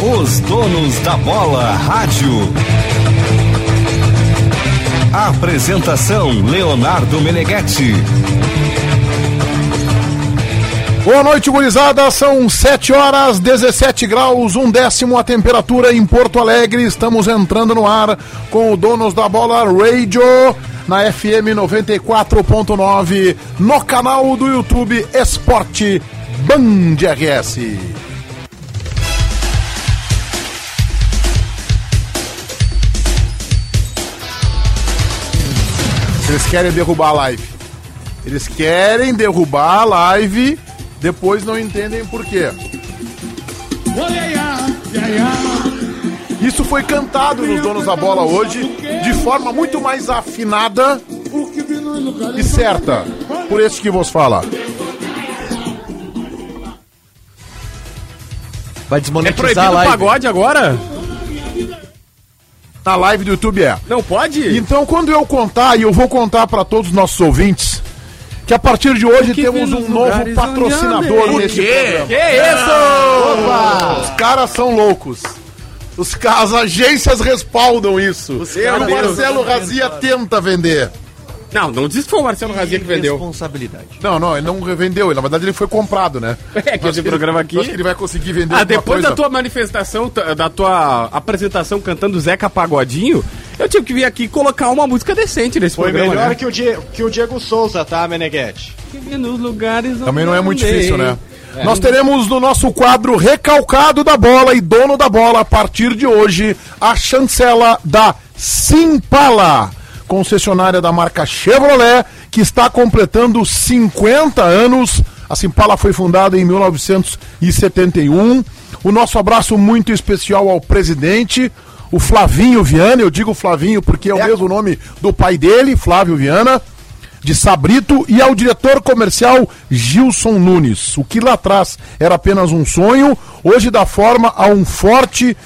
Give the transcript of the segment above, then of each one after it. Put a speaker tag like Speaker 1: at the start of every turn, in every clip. Speaker 1: Os donos da bola rádio. Apresentação Leonardo Meneghetti.
Speaker 2: Boa noite, gurizada. São 7 horas, 17 graus, um décimo a temperatura em Porto Alegre. Estamos entrando no ar com o Donos da Bola Radio na FM 94.9 no canal do YouTube Esporte Band RS. Eles querem derrubar a live. Eles querem derrubar a live, depois não entendem por quê. Isso foi cantado nos Donos da Bola hoje de forma muito mais afinada e certa. Por esse que vos fala.
Speaker 3: Vai
Speaker 4: É
Speaker 3: desmonetizar a
Speaker 4: proibido o
Speaker 3: live.
Speaker 4: pagode agora?
Speaker 2: Na live do YouTube é.
Speaker 4: Não pode?
Speaker 2: Então, quando eu contar, e eu vou contar para todos os nossos ouvintes, que a partir de hoje temos um novo patrocinador nesse programa.
Speaker 4: né?
Speaker 2: É.
Speaker 4: Que isso?
Speaker 2: Opa! Os caras são loucos. Os, ca- as agências respaldam isso. E o Marcelo Razia tenta vender.
Speaker 4: Não, não diz que foi o Marcelo Razia que vendeu.
Speaker 3: Responsabilidade.
Speaker 2: Não, não, ele não revendeu. ele, Na verdade, ele foi comprado, né?
Speaker 4: É que
Speaker 2: Acho
Speaker 4: esse
Speaker 2: ele-
Speaker 4: programa aqui.
Speaker 2: Acho que ele vai conseguir vender
Speaker 4: Ah,
Speaker 2: alguma
Speaker 4: depois
Speaker 2: coisa.
Speaker 4: da tua manifestação, t- da tua apresentação cantando Zeca Pagodinho, eu tive que vir aqui colocar uma música decente nesse
Speaker 5: Foi
Speaker 4: programa.
Speaker 5: melhor
Speaker 4: né?
Speaker 5: que o, Diego, que o Diego Souza, tá, Meneghete?
Speaker 4: Nos lugares
Speaker 2: Também não é muito difícil, né? Nós teremos no nosso quadro Recalcado da Bola e Dono da Bola, a partir de hoje, a chancela da Simpala, concessionária da marca Chevrolet, que está completando 50 anos. A Simpala foi fundada em 1971. O nosso abraço muito especial ao presidente, o Flavinho Viana. Eu digo Flavinho porque é o mesmo nome do pai dele, Flávio Viana de Sabrito e ao diretor comercial Gilson Nunes. O que lá atrás era apenas um sonho, hoje dá forma a um forte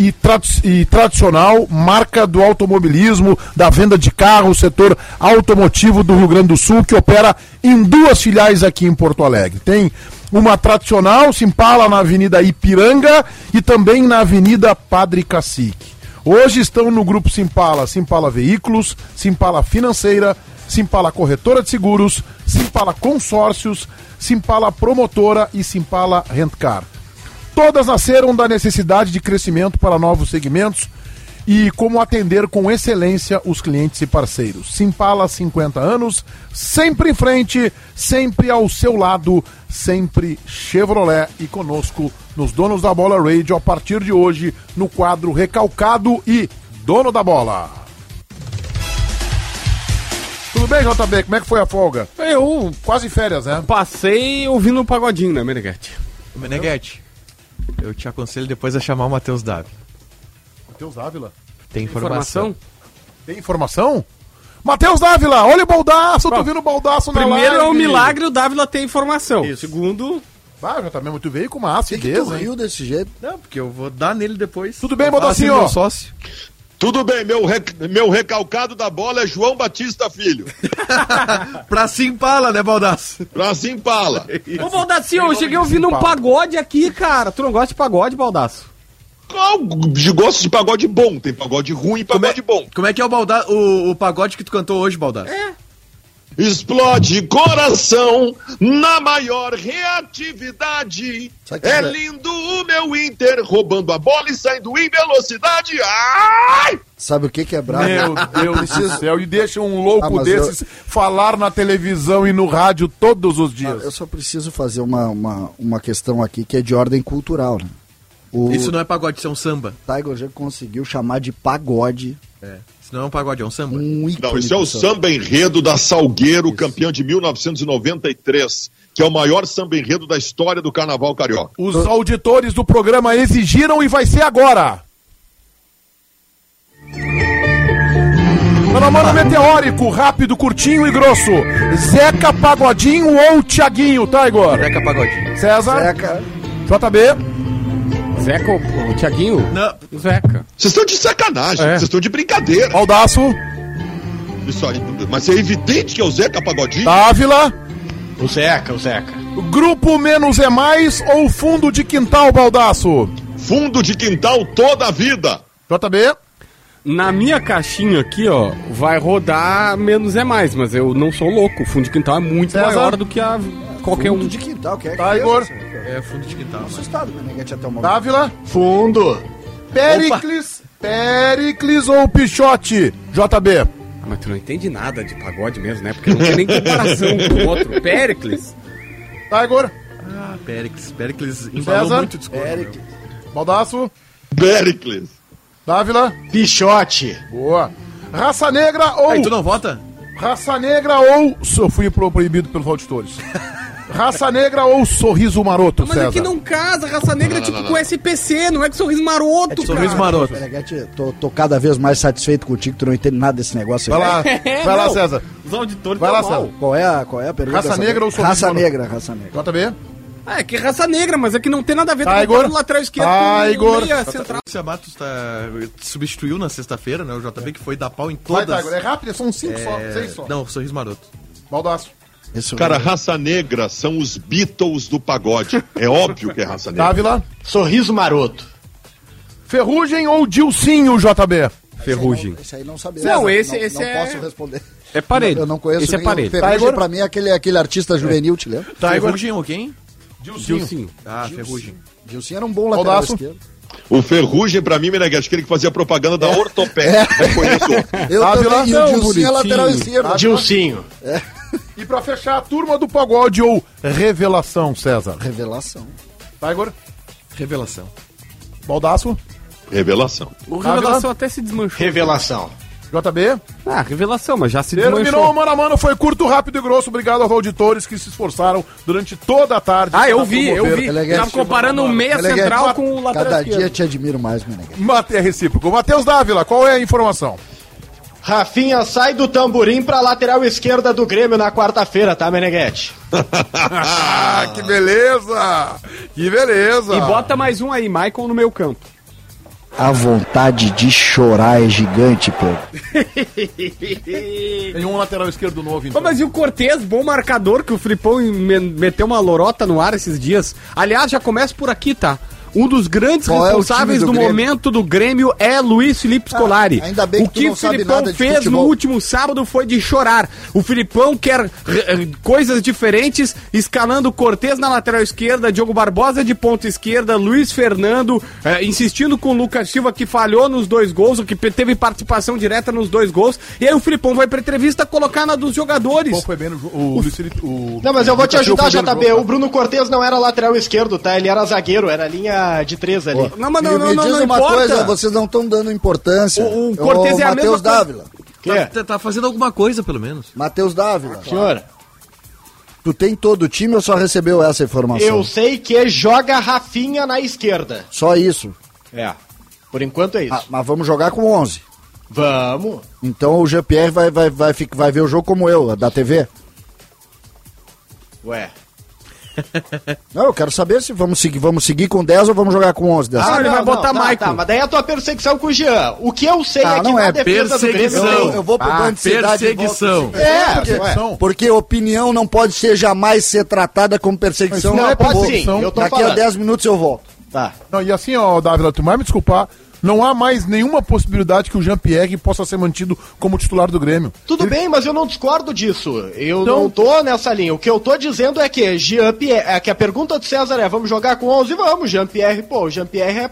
Speaker 2: e, tradi- e tradicional marca do automobilismo, da venda de carros, setor automotivo do Rio Grande do Sul, que opera em duas filiais aqui em Porto Alegre. Tem uma tradicional, se empala na Avenida Ipiranga e também na Avenida Padre Cacique. Hoje estão no grupo Simpala, Simpala Veículos, Simpala Financeira, Simpala Corretora de Seguros, Simpala Consórcios, Simpala Promotora e Simpala Rentcar. Todas nasceram da necessidade de crescimento para novos segmentos e como atender com excelência os clientes e parceiros. Simpala 50 anos, sempre em frente, sempre ao seu lado, sempre Chevrolet e conosco nos Donos da Bola Radio a partir de hoje no quadro Recalcado e Dono da Bola. Tudo bem, JB? Como é que foi a folga?
Speaker 4: Eu
Speaker 2: Quase férias, né?
Speaker 4: passei ouvindo o pagodinho, né, Meneghete?
Speaker 3: Meneghete, é eu te aconselho depois a chamar o Matheus Davi.
Speaker 2: Matheus Ávila.
Speaker 3: Tem informação?
Speaker 4: Informação?
Speaker 2: Tem informação? Matheus Dávila, olha o baldaço, eu tô vendo o baldaço na
Speaker 4: Primeiro é
Speaker 2: live.
Speaker 4: um milagre o Dávila ter informação. Segundo,
Speaker 2: Ah, já tá mesmo, tu veio com uma
Speaker 6: Tu
Speaker 2: acidez, hein?
Speaker 6: riu desse jeito?
Speaker 3: Não, porque eu vou dar nele depois.
Speaker 2: Tudo bem,
Speaker 3: Eu falo
Speaker 2: Baldacinho?
Speaker 3: assim, meu sócio.
Speaker 7: Tudo bem, meu, rec- meu recalcado da bola é João Batista Filho.
Speaker 3: Pra Simpala, né, Baldaço?
Speaker 7: Pra Simpala.
Speaker 4: Ô, Baldacinho, eu cheguei ouvindo um pagode aqui, cara. Tu não gosta de pagode, Baldaço?
Speaker 7: Qual de gosto de pagode bom? Tem pagode ruim e pagode bom.
Speaker 3: Como é que é o, balda... o, o pagode que tu cantou hoje, Baldaço?
Speaker 7: Explode coração na maior reatividade.
Speaker 6: Só que
Speaker 7: É
Speaker 6: isso é-
Speaker 7: lindo o meu Inter roubando a bola e saindo em velocidade. Ai!
Speaker 6: Sabe o que que é brabo?
Speaker 2: Meu Deus do céu, e deixa um
Speaker 6: Ah,
Speaker 2: louco
Speaker 6: mas
Speaker 2: desses falar na televisão e no rádio todos os dias.
Speaker 6: Ah, Eu só preciso fazer uma, uma, uma questão aqui que é de ordem cultural, né? O
Speaker 3: Isso não é pagode, isso é um samba.
Speaker 6: Tiger já conseguiu chamar de pagode
Speaker 3: É. Isso não é um pagode, é um samba.
Speaker 6: um ícone.
Speaker 7: Não, isso é o
Speaker 6: do samba.
Speaker 7: samba enredo da Salgueiro, campeão de 1993, que é o maior samba enredo da história do carnaval carioca.
Speaker 2: Os auditores do programa exigiram e vai ser agora. Panorama meteórico, rápido, curtinho e grosso. Zeca Pagodinho ou Tiaguinho, tá, Igor?
Speaker 3: Zeca É Pagodinho.
Speaker 2: César,
Speaker 6: Zeca,
Speaker 2: JB,
Speaker 4: Zeca, o Tiaguinho?
Speaker 3: Não,
Speaker 4: Zeca.
Speaker 7: Vocês estão de sacanagem, vocês estão de brincadeira.
Speaker 2: Baldaço,
Speaker 7: Isso aí, mas é evidente que é o Zeca Pagodinho.
Speaker 2: Dávila,
Speaker 5: O Zeca, o Zeca.
Speaker 2: Grupo Menos é Mais ou Fundo de Quintal, Baldaço?
Speaker 7: fundo de quintal toda a vida.
Speaker 2: JB,
Speaker 4: Na minha caixinha aqui, ó, vai rodar menos é mais, mas eu não sou louco. O fundo de quintal é muito
Speaker 2: César?
Speaker 4: maior do que a qualquer um.
Speaker 6: Fundo de quintal, que é
Speaker 2: Tá,
Speaker 6: que
Speaker 2: Igor?
Speaker 6: fez essa?
Speaker 3: É fundo de quintal.
Speaker 6: assustado, Meneghete, até o tá momento.
Speaker 2: Dávila,
Speaker 5: Fundo.
Speaker 2: Pericles, Pericles ou Pichote? JB.
Speaker 4: Ah, mas tu não entende nada de pagode mesmo, né? Porque não tem nem comparação com o outro. Péricles.
Speaker 2: Tá, Igor?
Speaker 3: Ah, Péricles. Péricles
Speaker 2: César?
Speaker 3: embalou muito o discurso.
Speaker 6: Eric,
Speaker 2: Baldaço,
Speaker 7: Péricles.
Speaker 2: Dávila.
Speaker 5: Pichote.
Speaker 2: Boa. Raça Negra ou.
Speaker 3: Aí tu não vota?
Speaker 2: Raça Negra ou. Se Eu fui pro- proibido pelos auditores. Raça Negra ou Sorriso Maroto,
Speaker 4: Mas
Speaker 2: César?
Speaker 4: é que não casa, raça negra é tipo com SPC, não é com sorriso
Speaker 6: tipo
Speaker 4: maroto,
Speaker 3: Sorriso
Speaker 4: cara.
Speaker 3: maroto.
Speaker 6: Meneghete, tô, tô cada vez mais satisfeito contigo, tu não entende nada desse negócio
Speaker 2: Vai
Speaker 6: aí.
Speaker 2: lá,
Speaker 4: É,
Speaker 2: vai lá
Speaker 4: não.
Speaker 2: César.
Speaker 4: Os auditores
Speaker 2: Vai lá,
Speaker 4: tão mal.
Speaker 2: César.
Speaker 6: Qual é a, qual é a pergunta?
Speaker 2: Raça negra ou sorriso
Speaker 6: Raça
Speaker 2: maroto?
Speaker 6: negra, raça negra.
Speaker 2: JB.
Speaker 4: Ah, é que é raça negra, mas é que não tem nada a ver.
Speaker 2: Tá,
Speaker 4: Tá
Speaker 2: Igor?
Speaker 4: botando lateral esquerdo
Speaker 2: Tá,
Speaker 4: com
Speaker 2: Igor?
Speaker 4: meia central.
Speaker 3: O Matos tá, substituiu na sexta-feira, né? O JB que foi dar pau em
Speaker 2: Vai,
Speaker 3: todas.
Speaker 2: tá, Igor. É rápido, são cinco só,
Speaker 3: É,
Speaker 2: seis só.
Speaker 3: Não, sorriso maroto.
Speaker 2: Baldaço.
Speaker 6: Esse
Speaker 7: Cara, é raça negra são os Beatles do pagode. É óbvio que é raça
Speaker 3: um
Speaker 7: negra.
Speaker 2: Dávila.
Speaker 5: Sorriso maroto.
Speaker 2: Ferrugem ou Dilcinho, JB?
Speaker 4: Ferrugem.
Speaker 6: Esse aí não sabia.
Speaker 4: Não,
Speaker 6: César,
Speaker 4: esse- esse
Speaker 6: não
Speaker 4: é-
Speaker 6: posso responder.
Speaker 4: É parede.
Speaker 6: Eu não conheço
Speaker 4: Esse é
Speaker 6: nenhum.
Speaker 4: parede.
Speaker 6: Ferrugem,
Speaker 2: Tá, Igor?
Speaker 6: pra mim, é aquele, aquele artista juvenil, te
Speaker 2: É.
Speaker 6: lembra?
Speaker 3: Ferrugem ou quem?
Speaker 4: Gilcinho.
Speaker 3: Ah, Ferrugem.
Speaker 6: Gilson era um bom lateral
Speaker 2: Baldasso.
Speaker 6: esquerdo.
Speaker 7: O Ferrugem, pra mim, Meneghete, aquele que fazia propaganda da ortopédia. Não conheço outro.
Speaker 6: Eu
Speaker 2: Dávila.
Speaker 6: também, e
Speaker 2: Não,
Speaker 6: o Gilson é
Speaker 4: bonitinho.
Speaker 6: lateral esquerdo.
Speaker 5: Dilcinho.
Speaker 2: E pra fechar, a turma do pagode ou Revelação, César?
Speaker 6: Revelação.
Speaker 2: Vai, Igor.
Speaker 3: Revelação.
Speaker 2: Baldaço.
Speaker 7: Revelação.
Speaker 4: O
Speaker 2: Tá,
Speaker 4: Revelação até se desmanchou.
Speaker 5: Revelação.
Speaker 2: JB.
Speaker 4: Ah, Revelação, mas já se
Speaker 2: Terminou o
Speaker 4: desmanchou.
Speaker 2: Mano a Mano, foi curto, rápido e grosso. Obrigado aos auditores que se esforçaram durante toda a tarde.
Speaker 4: Ah, eu
Speaker 2: para
Speaker 4: vi, eu
Speaker 2: promover.
Speaker 4: vi.
Speaker 6: Elegante.
Speaker 4: Tava comparando o meia
Speaker 6: Elegante.
Speaker 4: central com o lateral
Speaker 6: Cada dia
Speaker 4: esquerdo.
Speaker 6: te admiro mais, Meneghete.
Speaker 2: Mate é recíproco. Matheus Dávila, qual é a informação?
Speaker 5: Rafinha sai do tamborim pra lateral esquerda do Grêmio na quarta-feira, tá, Meneghete?
Speaker 2: Ah, que beleza! Que beleza!
Speaker 4: E bota mais um aí, Michael no meu campo.
Speaker 6: A vontade de chorar é gigante, Pedro.
Speaker 2: Tem um lateral esquerdo novo,
Speaker 4: Ô,
Speaker 2: então.
Speaker 4: mas e o Cortez, bom marcador, que o Filipão me- meteu uma lorota no ar esses dias. Aliás, já começa por aqui, tá? Um dos grandes
Speaker 6: Qual é o
Speaker 4: responsáveis
Speaker 6: time do
Speaker 4: do,
Speaker 6: Grêmio?
Speaker 4: momento do Grêmio é Luiz Felipe Scolari.
Speaker 6: Ah, ainda bem
Speaker 4: o
Speaker 6: que tu
Speaker 4: que
Speaker 6: não
Speaker 4: o
Speaker 6: sabe
Speaker 4: Filipão
Speaker 6: nada de
Speaker 4: fez no
Speaker 6: futebol.
Speaker 4: último sábado foi de chorar. O Filipão quer eh, eh, coisas diferentes, escalando Cortez na lateral esquerda, Diogo Barbosa de ponta esquerda, Luiz Fernando, eh, insistindo com o Lucas Silva que falhou nos dois gols, o que pe- teve participação direta nos dois gols. E aí o Filipão vai pra entrevista colocar na dos jogadores.
Speaker 2: foi bem no jo- o, Luiz Felipe- o-
Speaker 5: Não, mas eu vou te
Speaker 2: Lucas Silva
Speaker 5: ajudar,
Speaker 2: foi bem no
Speaker 5: JB.
Speaker 2: jogo,
Speaker 5: O Bruno Cortez não era lateral esquerdo, tá? Ele era zagueiro, era linha de três ali.
Speaker 4: Não, mas
Speaker 6: E
Speaker 4: não, não,
Speaker 6: me
Speaker 4: não,
Speaker 6: diz
Speaker 4: não
Speaker 6: uma
Speaker 4: importa.
Speaker 6: coisa, vocês não estão dando importância.
Speaker 4: O- o Cortez
Speaker 6: Ô,
Speaker 4: é a mesma
Speaker 6: Matheus
Speaker 4: coisa.
Speaker 6: Dávila.
Speaker 5: Quê?
Speaker 3: Tá, tá fazendo alguma coisa, pelo menos.
Speaker 6: Matheus Dávila.
Speaker 5: Senhor,
Speaker 6: Tu tem todo o time ou só recebeu essa informação?
Speaker 5: eu sei que joga Rafinha na esquerda.
Speaker 6: Só isso.
Speaker 5: É. Por enquanto é isso.
Speaker 6: Ah, mas vamos jogar com 11.
Speaker 5: Vamos.
Speaker 6: Então o Jean-Pierre vai, vai, vai, fi- vai ver o jogo como eu, da TV?
Speaker 5: Ué.
Speaker 6: Não, eu quero saber se vamos seguir, vamos seguir com 10 ou vamos jogar com 11 dessa
Speaker 4: Ah,
Speaker 6: vez.
Speaker 4: ele vai botar
Speaker 5: tá,
Speaker 4: Michael.
Speaker 5: Tá, mas daí é a tua perseguição com o Jean. O que eu sei
Speaker 6: Tá,
Speaker 5: é que
Speaker 6: não
Speaker 5: na
Speaker 6: é
Speaker 5: defesa do Grêmio...
Speaker 6: Eu- eu vou pro banco de cidade e
Speaker 3: perseguição.
Speaker 5: É, ué.
Speaker 2: Perseguição.
Speaker 6: Ah, Porque opinião não pode ser jamais ser tratada como perseguição.
Speaker 5: Não,
Speaker 6: é
Speaker 5: pode
Speaker 6: pouco.
Speaker 5: sim, eu tô
Speaker 6: Daqui a
Speaker 5: falando.
Speaker 6: 10 minutos eu volto.
Speaker 5: Tá.
Speaker 2: Não, e assim, ó, Dávila, tu vai me desculpar. Não há mais nenhuma possibilidade que o Jean-Pierre possa ser mantido como titular do Grêmio.
Speaker 5: Tudo bem, mas eu não discordo disso. Eu
Speaker 2: Então-
Speaker 5: não tô nessa linha. O que eu tô dizendo é que Jean Pierre, é que a pergunta do César é: vamos jogar com 11? Vamos, Jean Pierre, pô, o Jean Pierre é,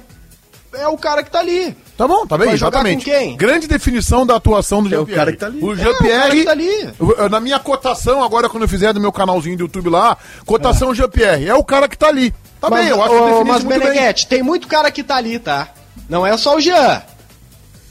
Speaker 5: é o cara que tá ali.
Speaker 2: Tá bom, tá bem,
Speaker 5: Vai jogar
Speaker 2: exatamente.
Speaker 5: com quem?
Speaker 2: Grande definição da atuação do Jean-Pierre.
Speaker 3: cara que tá ali.
Speaker 2: O
Speaker 5: É, o cara
Speaker 2: Jean-Pierre.
Speaker 5: que tá ali.
Speaker 2: Eu- eu- Na minha cotação, agora quando eu fizer do meu canalzinho do YouTube lá, cotação Jean-Pierre. É o cara que tá ali. Tá
Speaker 5: mas,
Speaker 2: bem, eu acho que
Speaker 5: ô,
Speaker 2: defini
Speaker 5: Mas
Speaker 2: isso muito bem.
Speaker 5: Meneghete, tem muito cara que tá ali, tá? Não é só o Jean.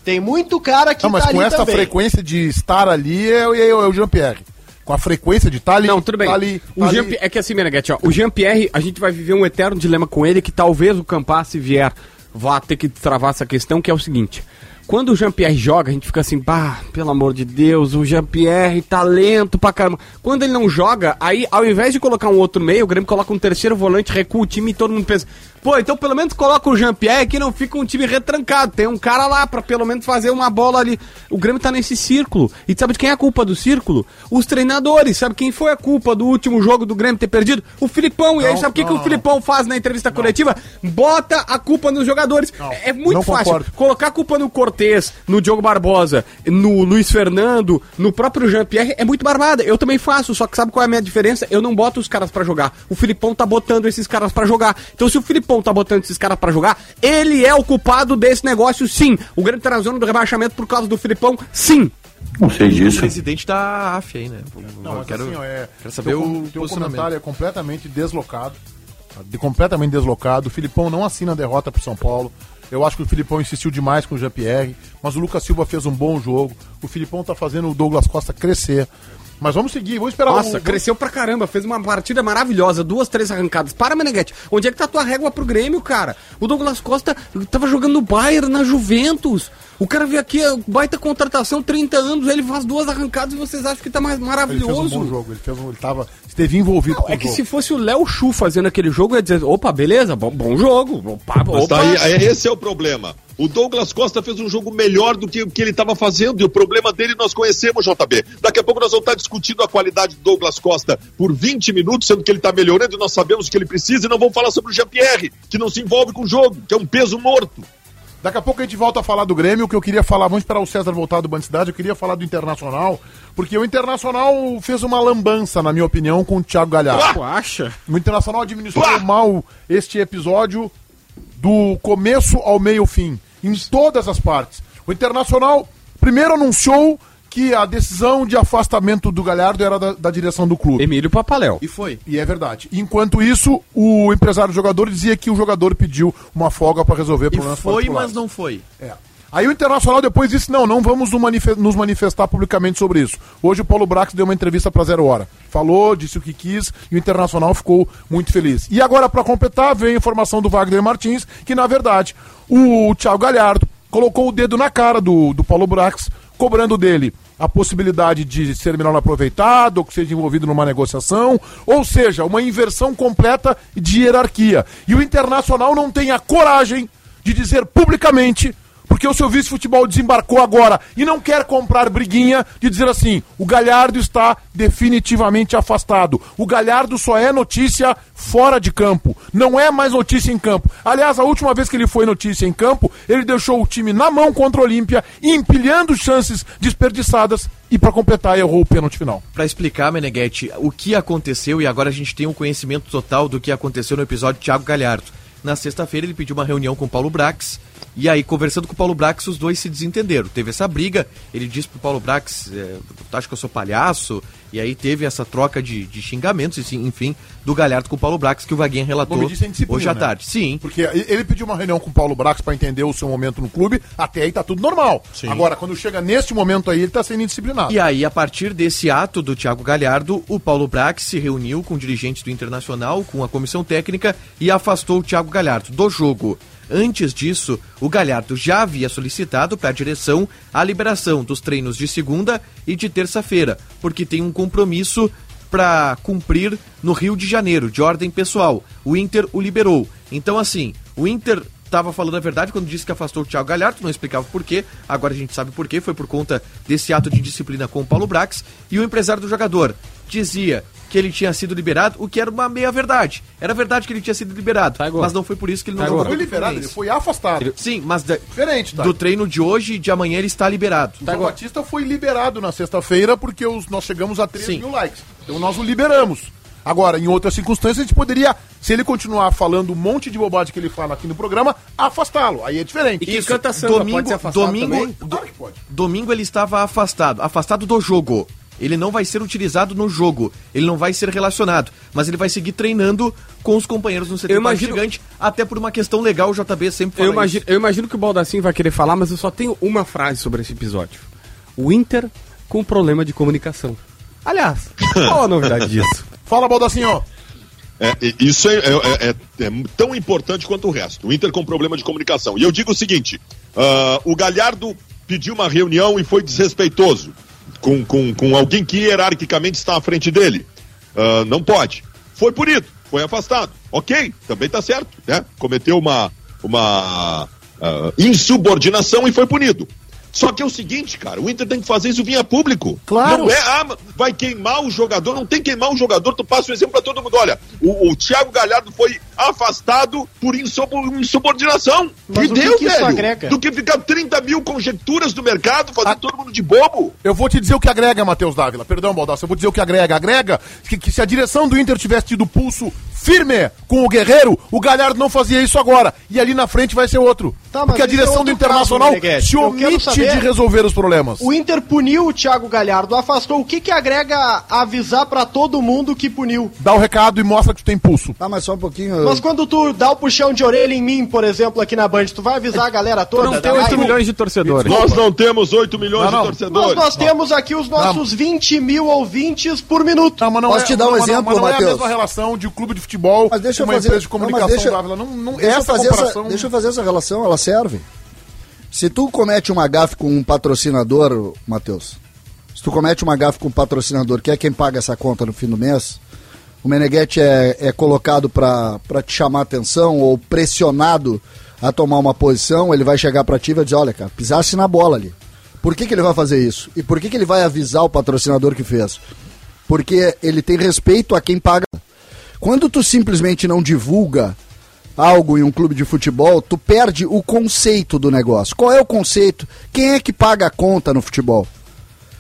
Speaker 5: Tem muito cara que
Speaker 2: Não, mas
Speaker 5: tá
Speaker 2: com
Speaker 5: ali
Speaker 2: essa
Speaker 5: também.
Speaker 2: frequência de estar ali, é, é- é o Jean-Pierre. Com a frequência de estar ali.
Speaker 4: Não, tudo bem.
Speaker 2: Tá ali,
Speaker 4: o
Speaker 2: tá
Speaker 4: Jean
Speaker 2: ali.
Speaker 4: É que assim, Meneghete, ó, o Jean-Pierre, a gente vai viver um eterno dilema com ele que talvez o Campas, se vier, vá ter que travar essa questão, que é o seguinte. Quando o Jean-Pierre joga, a gente fica assim, pá, pelo amor de Deus, o Jean-Pierre tá lento pra caramba. Quando ele não joga, aí ao invés de colocar um outro meio, o Grêmio coloca um terceiro volante, recua o time e todo mundo pensa, Pô, então pelo menos coloca o Jean-Pierre que não fica um time retrancado. Tem um cara lá pra pelo menos fazer uma bola ali. O Grêmio tá nesse círculo. E sabe de quem é a culpa do círculo? Os treinadores. Sabe quem foi a culpa do último jogo do Grêmio ter perdido? O Filipão. e aí sabe o que, que o Filipão faz na entrevista coletiva? Bota a culpa nos jogadores. É muito
Speaker 2: não
Speaker 4: fácil.
Speaker 2: concordo.
Speaker 4: Colocar a culpa no Cortez, no Diogo Barbosa, no Luiz Fernando, no próprio Jean-Pierre é muito barbada. Eu também faço, só que sabe qual é a minha diferença? Eu não boto os caras pra jogar. O Filipão tá botando esses caras pra jogar. Então se o Filipão tá botando esses caras pra jogar, ele é o culpado desse negócio, sim. O Grêmio tá na zona do rebaixamento por causa do Filipão, sim.
Speaker 8: Não sei
Speaker 3: O
Speaker 8: disso.
Speaker 3: presidente da AF aí, né?
Speaker 2: Não,
Speaker 3: Eu
Speaker 2: mas
Speaker 3: quero,
Speaker 2: assim, ó, é,
Speaker 3: quero saber
Speaker 2: teu,
Speaker 3: o
Speaker 2: teu
Speaker 3: posicionamento.
Speaker 2: comentário é completamente deslocado. tá? De, completamente deslocado. O Filipão não assina a derrota pro São Paulo. Eu acho que o Filipão insistiu demais com o Jean-Pierre, mas o Lucas Silva fez um bom jogo. O Filipão tá fazendo o Douglas Costa crescer. Mas vamos seguir, vou esperar
Speaker 4: Nossa,
Speaker 2: o...
Speaker 4: cresceu pra caramba, fez uma partida maravilhosa, duas, três arrancadas. Para, Meneghete, onde é que tá a tua régua pro Grêmio, cara? O Douglas Costa tava jogando no Bayern, na Juventus. O cara veio aqui, é, baita contratação, 30 anos, ele faz duas arrancadas e vocês acham que tá mais
Speaker 2: Ele fez um
Speaker 4: maravilhoso.
Speaker 2: bom jogo, ele, fez um, ele tava, esteve envolvido
Speaker 4: Não,
Speaker 2: com
Speaker 4: é
Speaker 2: o
Speaker 4: que
Speaker 2: jogo.
Speaker 4: se fosse o Léo Chu fazendo aquele jogo, eu ia dizer, opa, beleza, bom, bom jogo. Opa,
Speaker 7: Mas
Speaker 4: opa.
Speaker 7: tá aí, é- esse é o problema. O Douglas Costa fez um jogo melhor do que o que ele estava fazendo e o problema dele nós conhecemos, JB. Daqui a pouco nós vamos estar discutindo a qualidade do Douglas Costa por 20 minutos, sendo que ele está melhorando e nós sabemos o que ele precisa e não vamos falar sobre o Jean-Pierre, que não se envolve com o jogo, que é um peso morto.
Speaker 2: Daqui a pouco a gente volta a falar do Grêmio, o que eu queria falar, vamos esperar o César voltar do Bandicidade, eu queria falar do Internacional, porque o Internacional fez uma lambança, na minha opinião, com o Thiago Galhardo.
Speaker 4: Tu
Speaker 3: Ah,
Speaker 4: acha?
Speaker 2: O Internacional administrou
Speaker 7: Pá!
Speaker 2: mal este episódio do começo ao meio-fim, em todas as partes. O Internacional primeiro anunciou que a decisão de afastamento do Galhardo era da, da direção do clube.
Speaker 4: Emílio Papaléu.
Speaker 3: E foi.
Speaker 2: E é verdade. Enquanto isso, o empresário do jogador dizia que o jogador pediu uma folga para resolver
Speaker 3: E
Speaker 2: problemas
Speaker 3: foi,
Speaker 2: particulares.
Speaker 3: mas não foi.
Speaker 2: É. Aí o Internacional depois disse, não, não vamos no manife- nos manifestar publicamente sobre isso. Hoje o Paulo Brax deu uma entrevista para Zero Hora. Falou, disse o que quis e o Internacional ficou muito feliz. E agora, para completar, veio a informação do Wagner Martins, que na verdade o Thiago Galhardo colocou o dedo na cara do, do Paulo Brax, cobrando dele a possibilidade de ser melhor aproveitado, ou que seja envolvido numa negociação, ou seja, uma inversão completa de hierarquia. E o Internacional não tem a coragem de dizer publicamente porque o seu vice-futebol desembarcou agora e não quer comprar briguinha de dizer assim: o Galhardo está definitivamente afastado. O Galhardo só é notícia fora de campo. Não é mais notícia em campo. Aliás, a última vez que ele foi notícia em campo, ele deixou o time na mão contra o Olímpia, empilhando chances desperdiçadas e, para completar, errou o pênalti final.
Speaker 3: Pra explicar, Meneghetti, o que aconteceu, e agora a gente tem um conhecimento total do que aconteceu no episódio Thiago Galhardo. Na sexta-feira ele pediu uma reunião com o Paulo Brax, e aí, conversando com o Paulo Brax, os dois se desentenderam. Teve essa briga, ele disse pro Paulo Brax, é, tu acha que eu sou palhaço? E aí teve essa troca de, de xingamentos, assim, enfim, do Galhardo com o Paulo Brax, que o Vaguinha relatou
Speaker 2: Como disse, é indisciplina,
Speaker 3: hoje à
Speaker 2: né?
Speaker 3: tarde. Sim.
Speaker 2: Porque e- ele pediu uma reunião com o Paulo Brax para entender o seu momento no clube, até aí tá tudo normal. Agora, quando chega neste momento aí, ele tá sendo indisciplinado.
Speaker 3: E aí, a partir desse ato do Thiago Galhardo, o Paulo Brax se reuniu com dirigentes do Internacional, com a comissão técnica e afastou o Thiago Galhardo do jogo. Antes disso, o Galhardo já havia solicitado para a direção a liberação dos treinos de segunda e de terça-feira, porque tem um compromisso para cumprir no Rio de Janeiro, de ordem pessoal. O Inter o liberou. Então, assim, o Inter estava falando a verdade quando disse que afastou o Thiago Galhardo, não explicava por quê. Agora a gente sabe por quê, foi por conta desse ato de disciplina com o Paulo Brax. E o empresário do jogador dizia que ele tinha sido liberado, o que era uma meia-verdade. Era verdade que ele tinha sido liberado,
Speaker 4: Pegou.
Speaker 3: mas não foi por isso que ele não
Speaker 4: Pegou.
Speaker 2: Foi
Speaker 3: jogou contra o
Speaker 2: liberado, ele
Speaker 3: Fluminense.
Speaker 2: foi afastado.
Speaker 3: Sim, mas da-
Speaker 2: Diferente, tá?
Speaker 3: do treino de hoje e de amanhã ele está liberado.
Speaker 2: O João Batista foi liberado na sexta-feira porque os- nós chegamos a 3
Speaker 3: Sim.
Speaker 2: mil likes. Então nós o liberamos. Agora, em outras circunstâncias, a gente poderia, se ele continuar falando um monte de bobagem que ele fala aqui no programa, afastá-lo. Aí é diferente.
Speaker 4: E que canta samba,
Speaker 3: domingo,
Speaker 4: pode se afastar
Speaker 3: domingo,
Speaker 4: também?
Speaker 2: Claro que pode.
Speaker 3: Domingo ele estava afastado, afastado do jogo. Ele não vai ser utilizado no jogo, ele não vai ser relacionado, mas ele vai seguir treinando com os companheiros no setor
Speaker 4: Eu imagino-
Speaker 3: gigante, até por uma questão legal, o JB sempre fala
Speaker 4: Eu imagino, eu imagino que o Baldassin vai querer falar, mas eu só tenho uma frase sobre esse episódio. O Inter com problema de comunicação. Aliás, qual a novidade disso?
Speaker 2: Fala, Baldacinho.
Speaker 7: É, e- isso é, é- é- é tão importante quanto o resto. O Inter com problema de comunicação. E eu digo o seguinte: ah, o Galhardo pediu uma reunião e foi desrespeitoso com, com, com alguém que hierarquicamente está à frente dele. Ah, não pode. Foi punido, foi afastado. Ok, também tá certo, né? Cometeu uma, uma ah, insubordinação e foi punido. Só que é o seguinte, cara, o Inter tem que fazer isso vir a público.
Speaker 2: Claro.
Speaker 7: Não é, ah, ma- vai queimar o jogador, não tem que queimar o jogador, tu passa o exemplo pra todo mundo. Olha, o, o Thiago Galhardo foi afastado por insubo- insubordinação.
Speaker 5: Mas
Speaker 7: e
Speaker 5: o que
Speaker 7: deu,
Speaker 5: que isso
Speaker 7: velho.
Speaker 5: agrega?
Speaker 7: Do que ficar 30 mil conjecturas do mercado, fazer todo mundo de bobo.
Speaker 2: Eu vou te dizer o que agrega, Matheus Dávila. Perdão, Baldasso, eu vou dizer o que agrega. Agrega que, que se a direção do Inter tivesse tido pulso firme com o Guerreiro, o Galhardo não fazia isso agora. E ali na frente vai ser outro.
Speaker 5: Tá, mas
Speaker 2: Porque a
Speaker 5: isso é
Speaker 2: direção do
Speaker 5: outro
Speaker 2: Internacional
Speaker 5: caso, Meneghetti.
Speaker 2: se
Speaker 5: Eu quero
Speaker 2: omite
Speaker 5: saber-
Speaker 2: de resolver os problemas.
Speaker 5: O Inter puniu o Thiago Galhardo, afastou. O que que agrega avisar pra todo mundo que puniu?
Speaker 2: Dá o recado e mostra que tu tem pulso.
Speaker 6: Ah, mas só um pouquinho.
Speaker 5: Mas quando tu dá o puxão de orelha em mim, por exemplo, aqui na Band, tu vai avisar a galera toda? tá?
Speaker 4: Não tem
Speaker 5: Vai,
Speaker 4: 8
Speaker 5: tu-
Speaker 4: milhões de torcedores.
Speaker 7: Nós não temos 8 milhões
Speaker 2: Não, não.
Speaker 7: de
Speaker 5: Mas
Speaker 7: torcedores.
Speaker 5: nós temos aqui os nossos 20 mil ouvintes por minuto.
Speaker 2: Tá, mas
Speaker 6: Posso te dar um
Speaker 2: mas
Speaker 6: exemplo,
Speaker 2: mas não é a
Speaker 6: Matheus?
Speaker 2: mesma relação de um clube de futebol
Speaker 6: Mas deixa
Speaker 2: uma
Speaker 6: eu fazer.
Speaker 2: empresa de
Speaker 6: não, mas
Speaker 2: comunicação,
Speaker 6: deixa-
Speaker 2: Dávila. Não, não,
Speaker 6: deixa eu
Speaker 2: essa
Speaker 6: fazer
Speaker 2: comparação...
Speaker 6: essa, deixa eu fazer essa relação, ela serve. Se tu comete uma gafe com um patrocinador, Matheus, se tu comete uma gafe com um patrocinador, que é quem paga essa conta no fim do mês, o Meneghetti é, é colocado pra pra te chamar atenção ou pressionado a tomar uma posição, ele vai chegar pra ti e vai dizer, olha, cara, pisasse na bola ali. Por que, que ele vai fazer isso? E por que, que ele vai avisar o patrocinador que fez? Porque ele tem respeito a quem paga. Quando tu simplesmente não divulga algo em um clube de futebol, tu perde o conceito do negócio. Qual é o conceito? Quem é que paga a conta no futebol?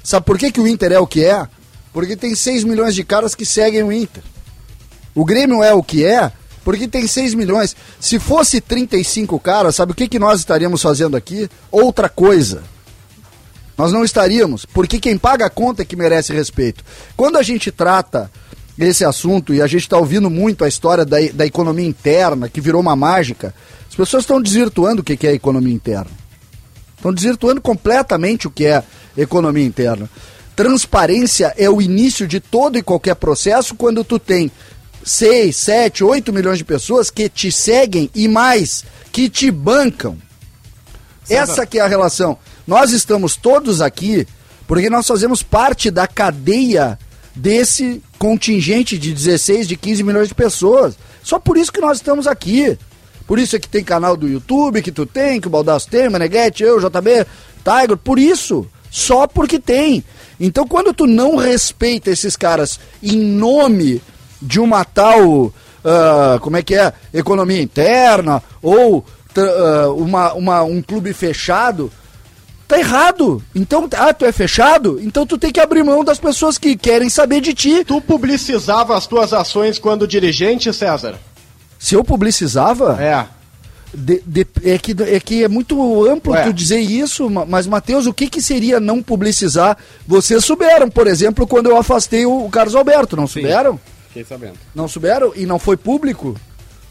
Speaker 6: Sabe por que, que o Inter é o que é? Porque tem 6 milhões de caras que seguem o Inter. O Grêmio é o que é porque tem 6 milhões. Se fosse 35 caras, sabe o que, que nós estaríamos fazendo aqui? Outra coisa. Nós não estaríamos, porque quem paga a conta é que merece respeito. Quando a gente trata esse assunto, e a gente está ouvindo muito a história da, e- da economia interna, que virou uma mágica, as pessoas estão desvirtuando o que que é economia interna. Estão desvirtuando completamente o que é economia interna. Transparência é o início de todo e qualquer processo quando tu tem 6, 7, 8 milhões de pessoas que te seguem e mais, que te bancam. Essa que é a relação. Nós estamos todos aqui porque nós fazemos parte da cadeia desse contingente de 16, de 15 milhões de pessoas. Só por isso que nós estamos aqui. Por isso é que tem canal do YouTube, que tu tem, que o Baldasso tem, Meneghete, eu, JB, Tiger, por isso. Só porque tem. Então quando tu não respeita esses caras em nome de uma tal, ah, como é que é, economia interna, ou tra- ah, uma, uma- um clube fechado, tá errado. Então, ah, tu é fechado? Então tu tem que abrir mão das pessoas que querem saber de ti.
Speaker 5: Tu publicizava as tuas ações quando dirigente, César?
Speaker 6: Se eu publicizava, é,
Speaker 5: É.
Speaker 6: de- de- é que, é que é muito amplo
Speaker 5: Ué.
Speaker 6: tu dizer isso, ma- mas, Matheus, o que, que seria não publicizar? Vocês souberam, por exemplo, quando eu afastei o o Carlos Alberto, não souberam?
Speaker 4: Fiquei sabendo.
Speaker 6: Não souberam? E não foi público?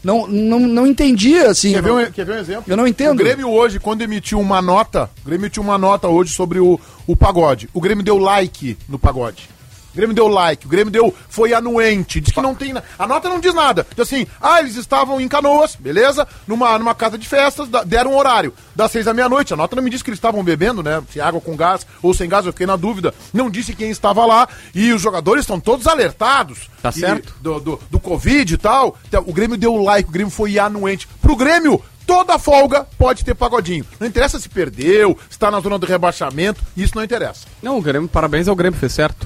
Speaker 6: Não, não, não entendi, assim.
Speaker 2: Quer ver, um, quer ver um exemplo?
Speaker 6: Eu não entendo.
Speaker 2: O Grêmio hoje, quando emitiu uma nota, o Grêmio emitiu uma nota hoje sobre o, o pagode. O Grêmio deu like no pagode. O Grêmio deu like, o Grêmio deu, foi anuente, diz que não tem na- A nota não diz nada. Diz assim, ah, eles estavam em canoas, beleza? Numa, numa casa de festas, da- deram um horário. Das seis à meia-noite, a nota não me disse que eles estavam bebendo, né? Se água com gás ou sem gás, eu fiquei na dúvida. Não disse quem estava lá. E os jogadores estão todos alertados.
Speaker 4: Tá
Speaker 2: E-
Speaker 4: certo.
Speaker 2: do, do, do Covid e tal. Então, O Grêmio deu like, o Grêmio foi anuente. Pro Grêmio, toda folga pode ter pagodinho. Não interessa se perdeu, se tá na zona do rebaixamento, isso não interessa.
Speaker 4: Não, o Grêmio, parabéns ao Grêmio, fez certo.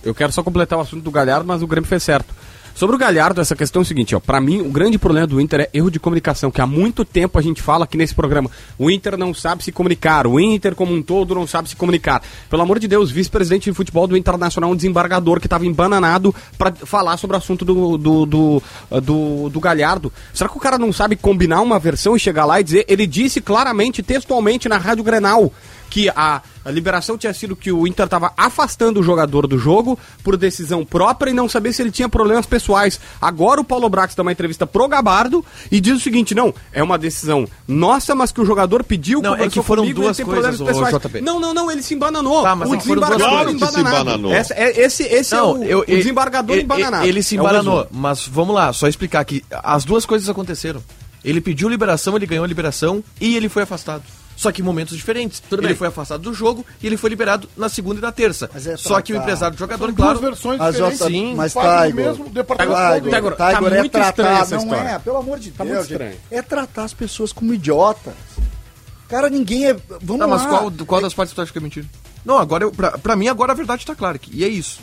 Speaker 4: Eu quero só completar o assunto do Galhardo, mas o Grêmio fez certo. Sobre o Galhardo, essa questão é o seguinte, ó, para mim o grande problema do Inter é erro de comunicação, que há muito tempo a gente fala aqui nesse programa. O Inter não sabe se comunicar, o Inter como um todo não sabe se comunicar. Pelo amor de Deus, vice-presidente de futebol do Internacional, um desembargador que estava embananado para falar sobre o assunto do do, do, ah, do do Galhardo. Será que o cara não sabe combinar uma versão e chegar lá e dizer, ele disse claramente, textualmente na Rádio Grenal, que a, a liberação tinha sido que o Inter estava afastando o jogador do jogo por decisão própria e não saber se ele tinha problemas pessoais. Agora o Paulo Brax dá uma entrevista pro Gabardo e diz o seguinte: não, é uma decisão nossa, mas que o jogador pediu
Speaker 3: Não, é
Speaker 4: conversou
Speaker 3: que foram
Speaker 4: comigo e ele
Speaker 3: duas
Speaker 4: tem
Speaker 3: coisas,
Speaker 4: problemas pessoais.
Speaker 3: ô, JP.
Speaker 4: Não, não, não, ele se embananou.
Speaker 3: Tá, mas
Speaker 4: o
Speaker 3: não foram duas
Speaker 4: desembargador
Speaker 7: coisas. Claro que se
Speaker 4: embananado.
Speaker 7: embananou.
Speaker 4: Essa- é- esse esse é
Speaker 3: Não,
Speaker 4: o,
Speaker 3: eu,
Speaker 4: o desembargador
Speaker 3: ele-
Speaker 4: embananado.
Speaker 3: Ele se
Speaker 4: É o resumo.
Speaker 3: embananou, mas vamos lá, só explicar aqui. As duas coisas aconteceram. Ele pediu liberação, ele ganhou a liberação e ele foi afastado. só que em momentos diferentes.
Speaker 4: Tudo
Speaker 3: ele
Speaker 4: bem.
Speaker 3: foi afastado do jogo e ele foi liberado na segunda e na terça.
Speaker 6: Mas é pra
Speaker 3: só que o
Speaker 6: cá.
Speaker 3: empresário do jogador,
Speaker 2: São
Speaker 3: claro,
Speaker 2: duas versões
Speaker 6: Mas,
Speaker 2: diferentes.
Speaker 6: ó, tá-
Speaker 2: Sim,
Speaker 6: mas
Speaker 2: fazem
Speaker 6: Tiger-
Speaker 2: o mesmo departamento
Speaker 4: Tiger-
Speaker 2: todo.
Speaker 4: Tiger- tá muito estranha essa
Speaker 6: não
Speaker 4: história.
Speaker 6: é, pelo amor de Deus.
Speaker 4: muito
Speaker 6: gente.
Speaker 4: estranho.
Speaker 6: É tratar as pessoas como idiotas. Cara, ninguém é. Vamos
Speaker 3: Tá, mas
Speaker 6: lá.
Speaker 3: qual, qual das partes tu acha que é mentira? Não, agora eu, pra, pra mim agora a verdade tá clara. que- E é isso.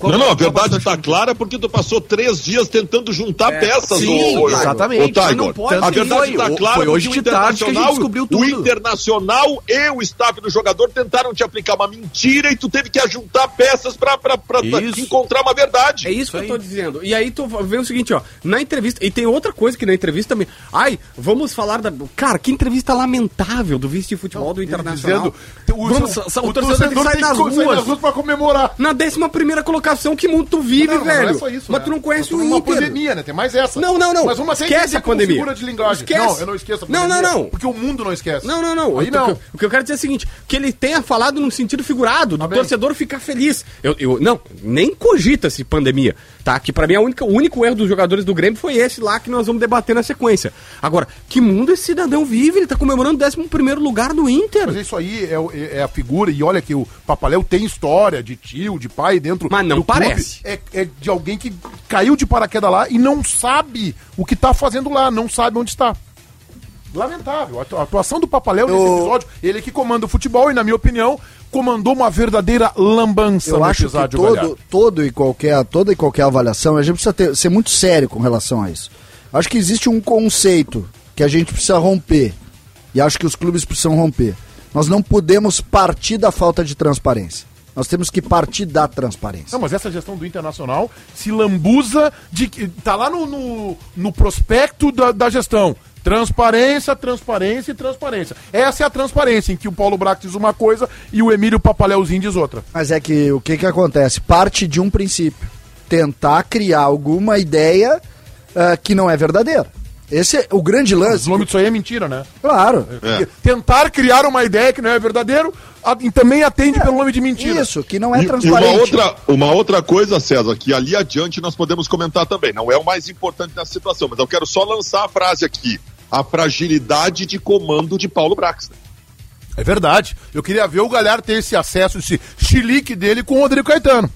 Speaker 3: Qual-
Speaker 7: não, não, a
Speaker 3: qual parte tu
Speaker 7: verdade
Speaker 3: acha
Speaker 7: tá
Speaker 3: que-
Speaker 7: clara porque tu passou três dias tentando juntar peças.
Speaker 3: É, sim,
Speaker 7: ô- ô-
Speaker 3: exatamente, Então
Speaker 7: ô, Tiger.
Speaker 3: não pode
Speaker 7: a
Speaker 3: ser.
Speaker 7: verdade
Speaker 3: Foi-
Speaker 7: tá
Speaker 3: foi
Speaker 7: clara porque
Speaker 3: hoje
Speaker 7: o
Speaker 3: de tarde que a gente
Speaker 7: Internacional-
Speaker 3: descobriu
Speaker 7: O
Speaker 3: tudo.
Speaker 7: Internacional e o staff do jogador tentaram te aplicar uma mentira e tu teve que ajuntar peças pra, pra, pra, pra
Speaker 3: Isso.
Speaker 7: encontrar uma verdade.
Speaker 4: É isso que eu tô dizendo. E aí tu vê o seguinte, ó, na entrevista, e tem outra coisa que na entrevista também. Ai, vamos falar da. Cara, que entrevista lamentável do vice de futebol do Internacional.
Speaker 2: Dizendo, o,
Speaker 4: Vamos,
Speaker 2: o-
Speaker 4: sa- o
Speaker 2: o
Speaker 4: torcedor tem que sair das
Speaker 2: co- sair
Speaker 4: ruas.
Speaker 2: das ruas pra comemorar.
Speaker 4: Na 11 primeira colocação, que mundo tu vive,
Speaker 2: Não, não, não
Speaker 4: velho.
Speaker 2: é só isso,
Speaker 4: mas
Speaker 2: né?
Speaker 4: tu não conhece
Speaker 2: Nós estamos
Speaker 4: o
Speaker 2: numa
Speaker 4: Inter.
Speaker 2: pandemia, né? Tem mais essa.
Speaker 4: Não, não, não.
Speaker 2: Mas uma
Speaker 4: Esquece a pandemia.
Speaker 2: figura de linguagem.
Speaker 4: Esquece.
Speaker 2: Não, eu não esqueço a
Speaker 4: Não,
Speaker 2: pandemia,
Speaker 4: não, não.
Speaker 2: Porque o mundo não esquece.
Speaker 4: Não, não, não.
Speaker 2: Aí
Speaker 4: Eu tô-
Speaker 2: não.
Speaker 4: O que eu quero dizer é o seguinte: que ele tenha falado num sentido figurado, do
Speaker 2: bem.
Speaker 4: torcedor ficar feliz. Eu, eu- não, nem cogita-se pandemia, tá? Que pra mim a única, o único erro dos jogadores do Grêmio foi esse lá que nós vamos debater na sequência. Agora, que mundo esse cidadão vive? Ele tá comemorando o 11 lugar do
Speaker 2: Mas
Speaker 4: Inter.
Speaker 2: isso aí é, o- é a figura, e olha que o Papaléu tem história de tio, de pai dentro.
Speaker 4: Mas não
Speaker 2: do clube.
Speaker 4: parece.
Speaker 2: É, é de alguém que caiu de paraquedas lá e não sabe o que tá fazendo lá, não sabe onde está. Lamentável. A atu- a atuação do Papaléu nesse
Speaker 6: Eu-
Speaker 2: episódio, ele que comanda o futebol e, na minha opinião, comandou uma verdadeira lambança
Speaker 6: Eu acho que
Speaker 2: Galhardo.
Speaker 6: todo, todo e qualquer, toda e qualquer avaliação, a gente precisa ter- ser muito sério com relação a isso. Acho que existe um conceito que a gente precisa romper. E acho que os clubes precisam romper. Nós não podemos partir da falta de transparência. Nós temos que partir da transparência.
Speaker 2: Não, mas essa gestão do Internacional se lambuza de que. Tá lá no, no, no prospecto da, da gestão. Transparência, transparência e transparência. Essa é a transparência em que o Paulo Brax diz uma coisa e o Emílio Papaléuzinho diz outra.
Speaker 6: Mas é que o que, que acontece? Parte de um princípio. Tentar criar alguma ideia ah, que não é verdadeira. Esse é o grande
Speaker 2: Mas
Speaker 6: lance.
Speaker 2: o nome disso aí é mentira, né?
Speaker 6: Claro.
Speaker 7: É.
Speaker 2: E Tentar criar uma ideia que não é verdadeiro a- e também atende pelo nome de mentira.
Speaker 6: Isso, que não é
Speaker 7: E- E
Speaker 6: transparente.
Speaker 7: uma outra, uma outra coisa, César, que ali adiante nós podemos comentar também. Não é o mais importante nessa situação, mas eu quero só lançar a frase aqui. A fragilidade de comando de Paulo Brax.
Speaker 2: É verdade. Eu queria ver o Galhardo ter esse acesso, esse chilique dele com o Rodrigo Caetano.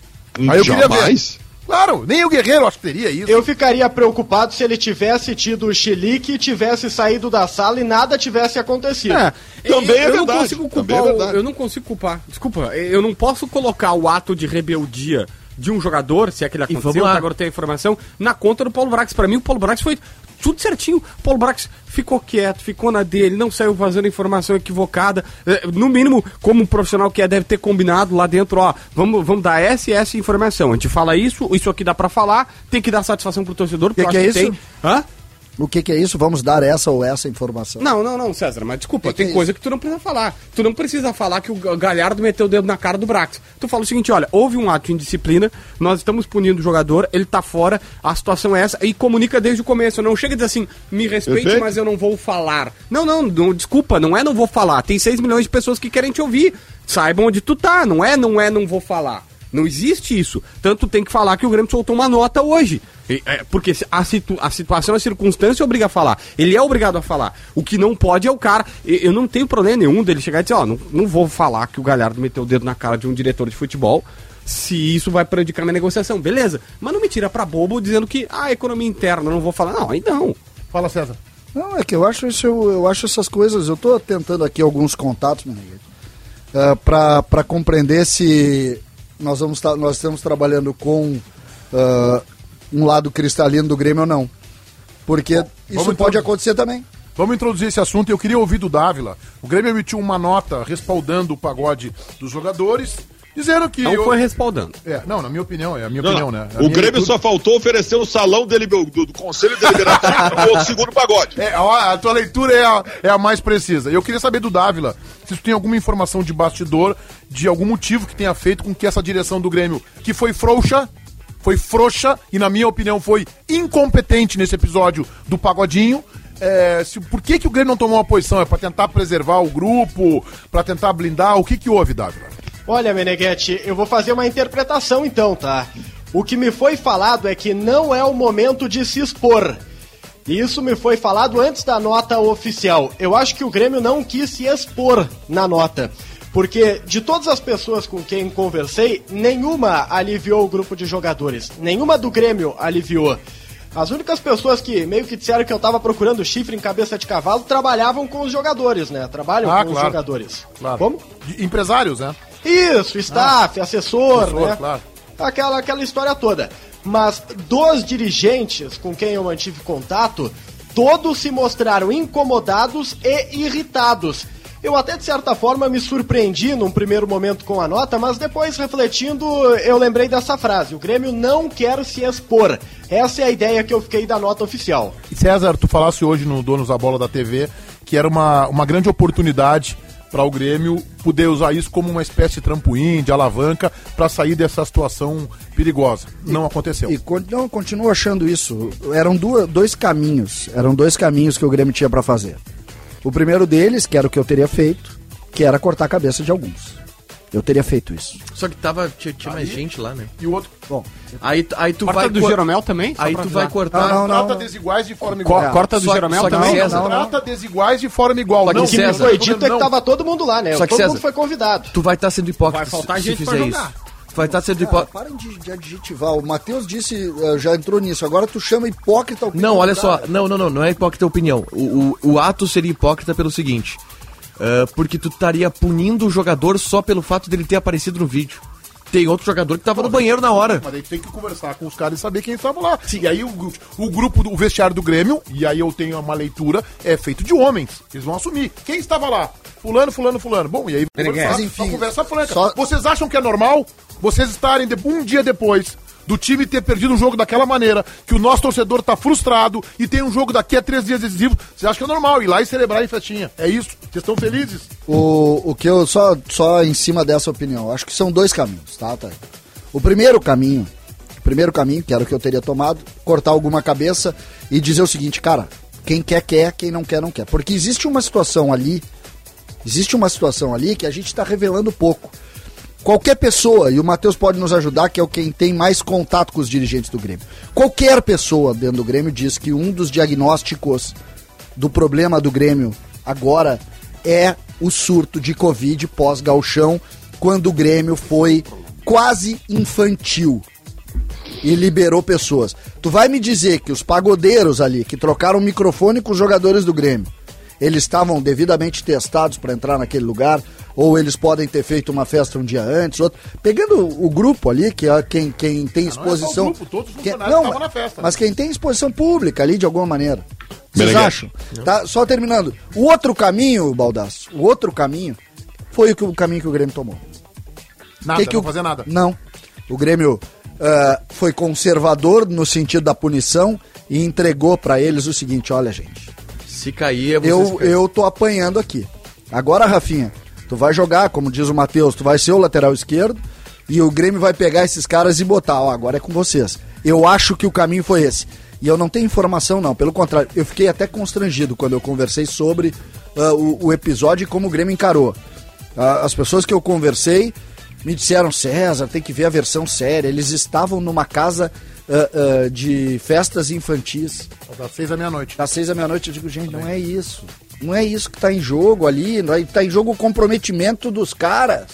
Speaker 2: Aí eu queria ver.
Speaker 7: Jamais.
Speaker 2: Claro, nem o Guerreiro acho que teria isso.
Speaker 5: Eu ficaria preocupado se ele tivesse tido o chilique, tivesse saído da sala e nada tivesse acontecido.
Speaker 4: É,
Speaker 7: Também é
Speaker 4: eu
Speaker 7: verdade,
Speaker 4: Não consigo culpar,
Speaker 7: também é
Speaker 4: o-
Speaker 7: verdade.
Speaker 4: eu não consigo culpar. Desculpa, eu não posso colocar o ato de rebeldia de um jogador, se é que ele aconteceu,
Speaker 3: vamos lá.
Speaker 4: que agora tem a informação, na conta do Paulo Brax. Pra mim, o Paulo Brax foi tudo certinho. O Paulo Brax ficou quieto, ficou na dele, não saiu vazando informação equivocada. Eh, No mínimo, como um profissional que é, deve ter combinado lá dentro, ó, vamos, vamos dar essa e essa informação. A gente fala isso, isso aqui dá pra falar, tem que dar satisfação pro torcedor, porque
Speaker 6: Que
Speaker 4: eu
Speaker 6: que
Speaker 4: acho
Speaker 6: é isso?
Speaker 4: tem. Hã?
Speaker 6: O que, que é isso? Vamos dar essa ou essa informação?
Speaker 4: Não, não, não, César, mas desculpa,
Speaker 6: Que que
Speaker 4: tem
Speaker 6: é
Speaker 4: coisa que tu não precisa falar. Tu não precisa falar que o Ga- Galhardo meteu o dedo na cara do Brax. Tu fala o seguinte, olha, houve um ato de indisciplina, nós estamos punindo o jogador, ele tá fora, a situação é essa, e comunica desde o começo. Não chega e diz assim, me respeite,
Speaker 7: Perfeito.
Speaker 4: mas eu não vou falar. Não, não, não, desculpa, não é não vou falar. Tem 6 milhões de pessoas que querem te ouvir. Saibam onde tu tá, não é não é não vou falar. Não existe isso. Tanto tem que falar que o Grêmio soltou uma nota hoje. E, é, porque se- a, situ- a situação, a circunstância obriga a falar. Ele é obrigado a falar. O que não pode é o cara. e- Eu não tenho problema nenhum dele chegar e dizer: Ó, não, não vou falar que o Galhardo meteu o dedo na cara de um diretor de futebol. Se isso vai prejudicar minha negociação, beleza. Mas não me tira pra bobo dizendo que ah, a economia interna, eu não vou falar. Não, aí não.
Speaker 2: Fala, César.
Speaker 6: Não, é que eu acho isso, eu, eu acho essas coisas. Eu tô tentando aqui alguns contatos, Meneghete, uh, pra para compreender se nós vamos tá- nós estamos trabalhando com ah, um lado cristalino do Grêmio ou não. Porque isso
Speaker 2: vamos
Speaker 6: pode
Speaker 2: então-
Speaker 6: acontecer também.
Speaker 2: Vamos introduzir esse assunto. Eu queria ouvir do Dávila. O Grêmio emitiu uma nota respaldando o pagode dos jogadores, dizendo que.
Speaker 4: Não
Speaker 2: eu-
Speaker 4: foi respaldando.
Speaker 2: É, não, na minha opinião, é a minha
Speaker 7: Não,
Speaker 2: opinião,
Speaker 7: não.
Speaker 2: né? A
Speaker 7: o
Speaker 2: minha
Speaker 7: Grêmio
Speaker 2: leitura-
Speaker 7: só faltou oferecer o salão dele, do, do Conselho Deliberativo para o segundo pagode.
Speaker 2: É, ó, a tua leitura é a, é a mais precisa. Eu queria saber do Dávila se tu tem alguma informação de bastidor, de algum motivo que tenha feito com que essa direção do Grêmio, que foi frouxa, foi frouxa e, na minha opinião, foi incompetente nesse episódio do Pagodinho. é, se, por que, que o Grêmio não tomou uma posição? É pra tentar preservar o grupo, pra tentar blindar? O que, que houve, Dávila?
Speaker 5: Olha, Meneghete, eu vou fazer uma interpretação então, tá? O que me foi falado é que não é o momento de se expor. Isso me foi falado antes da nota oficial. Eu acho que o Grêmio não quis se expor na nota. Porque de todas as pessoas com quem conversei, nenhuma aliviou o grupo de jogadores. Nenhuma do Grêmio aliviou. As únicas pessoas que meio que disseram que eu tava procurando chifre em cabeça de cavalo trabalhavam com os jogadores, né? Trabalham
Speaker 2: Ah,
Speaker 5: com os
Speaker 2: claro.
Speaker 5: jogadores.
Speaker 2: Claro.
Speaker 5: Como?
Speaker 2: De- Empresários, né?
Speaker 5: Isso, staff, assessor,
Speaker 2: assessor,
Speaker 5: né?
Speaker 2: claro.
Speaker 5: Aquela, aquela história toda. Mas dos dirigentes com quem eu mantive contato, todos se mostraram incomodados e irritados. Eu até, de certa forma, me surpreendi num primeiro momento com a nota, mas depois, refletindo, eu lembrei dessa frase. O Grêmio não quer se expor. Essa é a ideia que eu fiquei da nota oficial.
Speaker 2: E César, tu falasse hoje no Donos da Bola da TV que era uma, uma grande oportunidade para o Grêmio poder usar isso como uma espécie de trampolim, de alavanca, para sair dessa situação perigosa. Não aconteceu.
Speaker 6: E con- não, continuo achando isso. Eram duas, dois caminhos. Eram dois caminhos que o Grêmio tinha pra fazer. O primeiro deles, que era o que eu teria feito, que era cortar a cabeça de alguns. Eu teria feito isso.
Speaker 3: Só que tava, tinha, tinha mais gente lá, né?
Speaker 2: E o outro
Speaker 6: Bom,
Speaker 3: Aí, tu- aí tu
Speaker 4: Corta
Speaker 3: vai.
Speaker 4: do
Speaker 3: cor-
Speaker 4: Jeromel também? Só
Speaker 3: Aí
Speaker 4: pra
Speaker 3: tu
Speaker 4: avisar.
Speaker 3: vai cortar.
Speaker 6: Não, não,
Speaker 2: trata desiguais de forma
Speaker 4: Co-
Speaker 2: igual.
Speaker 4: Corta do
Speaker 3: Só-
Speaker 4: Jeromel
Speaker 3: só que
Speaker 4: também?
Speaker 3: César-
Speaker 6: não, não.
Speaker 2: Trata desiguais de forma igual.
Speaker 3: Só que
Speaker 5: O que me
Speaker 3: César,
Speaker 5: foi dito é que
Speaker 2: Então, não.
Speaker 5: tava todo mundo lá, né?
Speaker 3: Só que
Speaker 5: todo
Speaker 3: César-
Speaker 5: mundo foi convidado.
Speaker 3: Tu vai estar sendo hipócrita.
Speaker 4: Vai faltar
Speaker 3: se- se
Speaker 4: gente pra
Speaker 3: fizer
Speaker 4: jogar.
Speaker 3: isso. Tu vai estar sendo
Speaker 6: Cara,
Speaker 3: hipócrita.
Speaker 6: parem Ah, de, de adjetivar. O Matheus disse, eh, já entrou nisso. Agora tu chama hipócrita o que
Speaker 3: Não,
Speaker 6: tu
Speaker 3: olha
Speaker 6: dá.
Speaker 3: só, não, não, não, não é hipócrita a opinião. O, o, o ato seria hipócrita pelo seguinte: ah, porque tu estaria punindo o jogador só pelo fato dele ter aparecido no vídeo. Tem outro jogador que tava no banheiro na hora.
Speaker 2: Mas aí tem que conversar com os caras e saber quem estava lá. E aí o, gru- o grupo, do- o vestiário do Grêmio, e aí eu tenho uma leitura, é feito de homens. Eles vão assumir. Quem estava lá? Fulano, fulano, fulano. Bom, e aí
Speaker 6: Mas,
Speaker 2: conversar,
Speaker 6: enfim,
Speaker 2: só conversar franca.
Speaker 6: só-
Speaker 2: Vocês acham que é normal vocês estarem de- um dia depois do time ter perdido um jogo daquela maneira, que o nosso torcedor está frustrado e tem um jogo daqui a três dias decisivo? Vocês acham que é normal ir lá e celebrar em festinha? É isso? Vocês estão felizes?
Speaker 6: O, o que eu só, só em cima dessa opinião, acho que são dois caminhos, tá, tá? O primeiro caminho, o primeiro caminho, que era o que eu teria tomado, cortar alguma cabeça e dizer o seguinte, cara, quem quer, quer, quem não quer, não quer. Porque existe uma situação ali, existe uma situação ali que a gente está revelando pouco. Qualquer pessoa, e o Matheus pode nos ajudar, que é o quem tem mais contato com os dirigentes do Grêmio. Qualquer pessoa dentro do Grêmio diz que um dos diagnósticos do problema do Grêmio agora é o surto de Covid pós-galchão, quando o Grêmio foi quase infantil e liberou pessoas. Tu vai me dizer que os pagodeiros ali, que trocaram o microfone com os jogadores do Grêmio, eles estavam devidamente testados para entrar naquele lugar, ou eles podem ter feito uma festa um dia antes, outro. Pegando o grupo ali, que é quem, quem tem
Speaker 2: não é só o
Speaker 6: exposição.
Speaker 2: grupo, todos os
Speaker 6: quem,
Speaker 2: funcionários
Speaker 6: não,
Speaker 2: estavam na festa. né?
Speaker 6: Mas quem tem exposição pública ali, de alguma maneira. Vocês
Speaker 7: Meneghete.
Speaker 6: acham? Tá, só terminando. O outro caminho, Baldaço, o outro caminho foi o, que, o caminho que o Grêmio tomou.
Speaker 2: Nada,
Speaker 6: Que que
Speaker 2: não
Speaker 6: o-
Speaker 2: fazer nada.
Speaker 6: Não. O Grêmio ah, foi conservador no sentido da punição e entregou pra eles o seguinte: olha, gente,
Speaker 3: Se cair, é você.
Speaker 6: eu, eu tô apanhando aqui. Agora, Rafinha, tu vai jogar, como diz o Matheus, tu vai ser o lateral esquerdo e o Grêmio vai pegar esses caras e botar. Ó, agora é com vocês. Eu acho que o caminho foi esse. E eu não tenho informação, não. Pelo contrário, eu fiquei até constrangido quando eu conversei sobre ah, o, o episódio e como o Grêmio encarou. Ah, as pessoas que eu conversei me disseram, César, tem que ver a versão séria. Eles estavam numa casa ah, ah, de festas infantis
Speaker 2: Das seis à meia-noite.
Speaker 6: das Tá seis da meia-noite, eu digo, gente, não
Speaker 7: Tá
Speaker 6: é isso. Não é isso que tá em jogo ali. Não é, tá em jogo o comprometimento dos caras.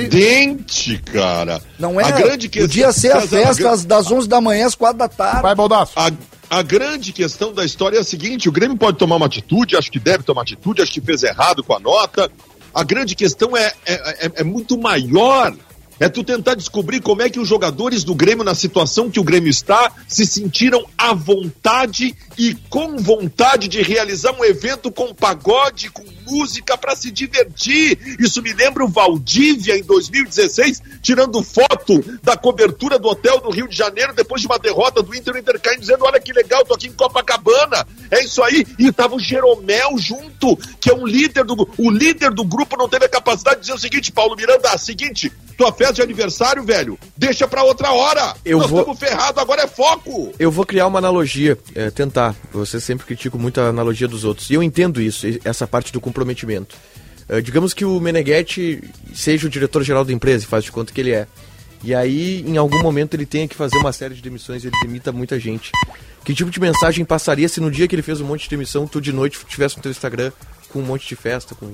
Speaker 7: Evidente, cara.
Speaker 6: Não é.
Speaker 7: A grande questão, é
Speaker 6: Podia ser a
Speaker 7: César,
Speaker 6: festa
Speaker 7: gran-
Speaker 6: às- das 11 da manhã às 4 da tarde.
Speaker 2: Vai, Baldaço.
Speaker 7: A, a grande questão da história é a seguinte: o Grêmio pode tomar uma atitude, acho que deve tomar atitude, acho que fez errado com a nota. A grande questão é, é, é- é muito maior. É tu tentar descobrir como é que os jogadores do Grêmio, na situação que o Grêmio está, se sentiram à vontade e com vontade de realizar um evento com pagode, com música, para se divertir. Isso me lembra o Valdívia em 2016, tirando foto da cobertura do hotel do Rio de Janeiro depois de uma derrota do Inter, o Inter caindo, dizendo: Olha que legal, tô aqui em Copacabana. É isso aí. E tava o Jeromel junto, que é um líder do O líder do grupo não teve a capacidade de dizer o seguinte, Paulo Miranda, seguinte, tua festa de aniversário, velho, deixa pra outra hora.
Speaker 3: Eu
Speaker 7: Nós
Speaker 3: vou-
Speaker 7: estamos ferrados, agora é foco.
Speaker 3: Eu vou criar uma analogia, é, tentar. Você sempre critico muito a analogia dos outros. E eu entendo isso, e- essa parte do comprometimento. É, digamos que o Meneghetti seja o diretor-geral da empresa, e faz de conta que ele é. E aí, em algum momento, ele tenha que fazer uma série de demissões e ele demita muita gente. Que tipo de mensagem passaria se no dia que ele fez um monte de demissão, tu de noite tivesse no teu Instagram com um monte de festa, com...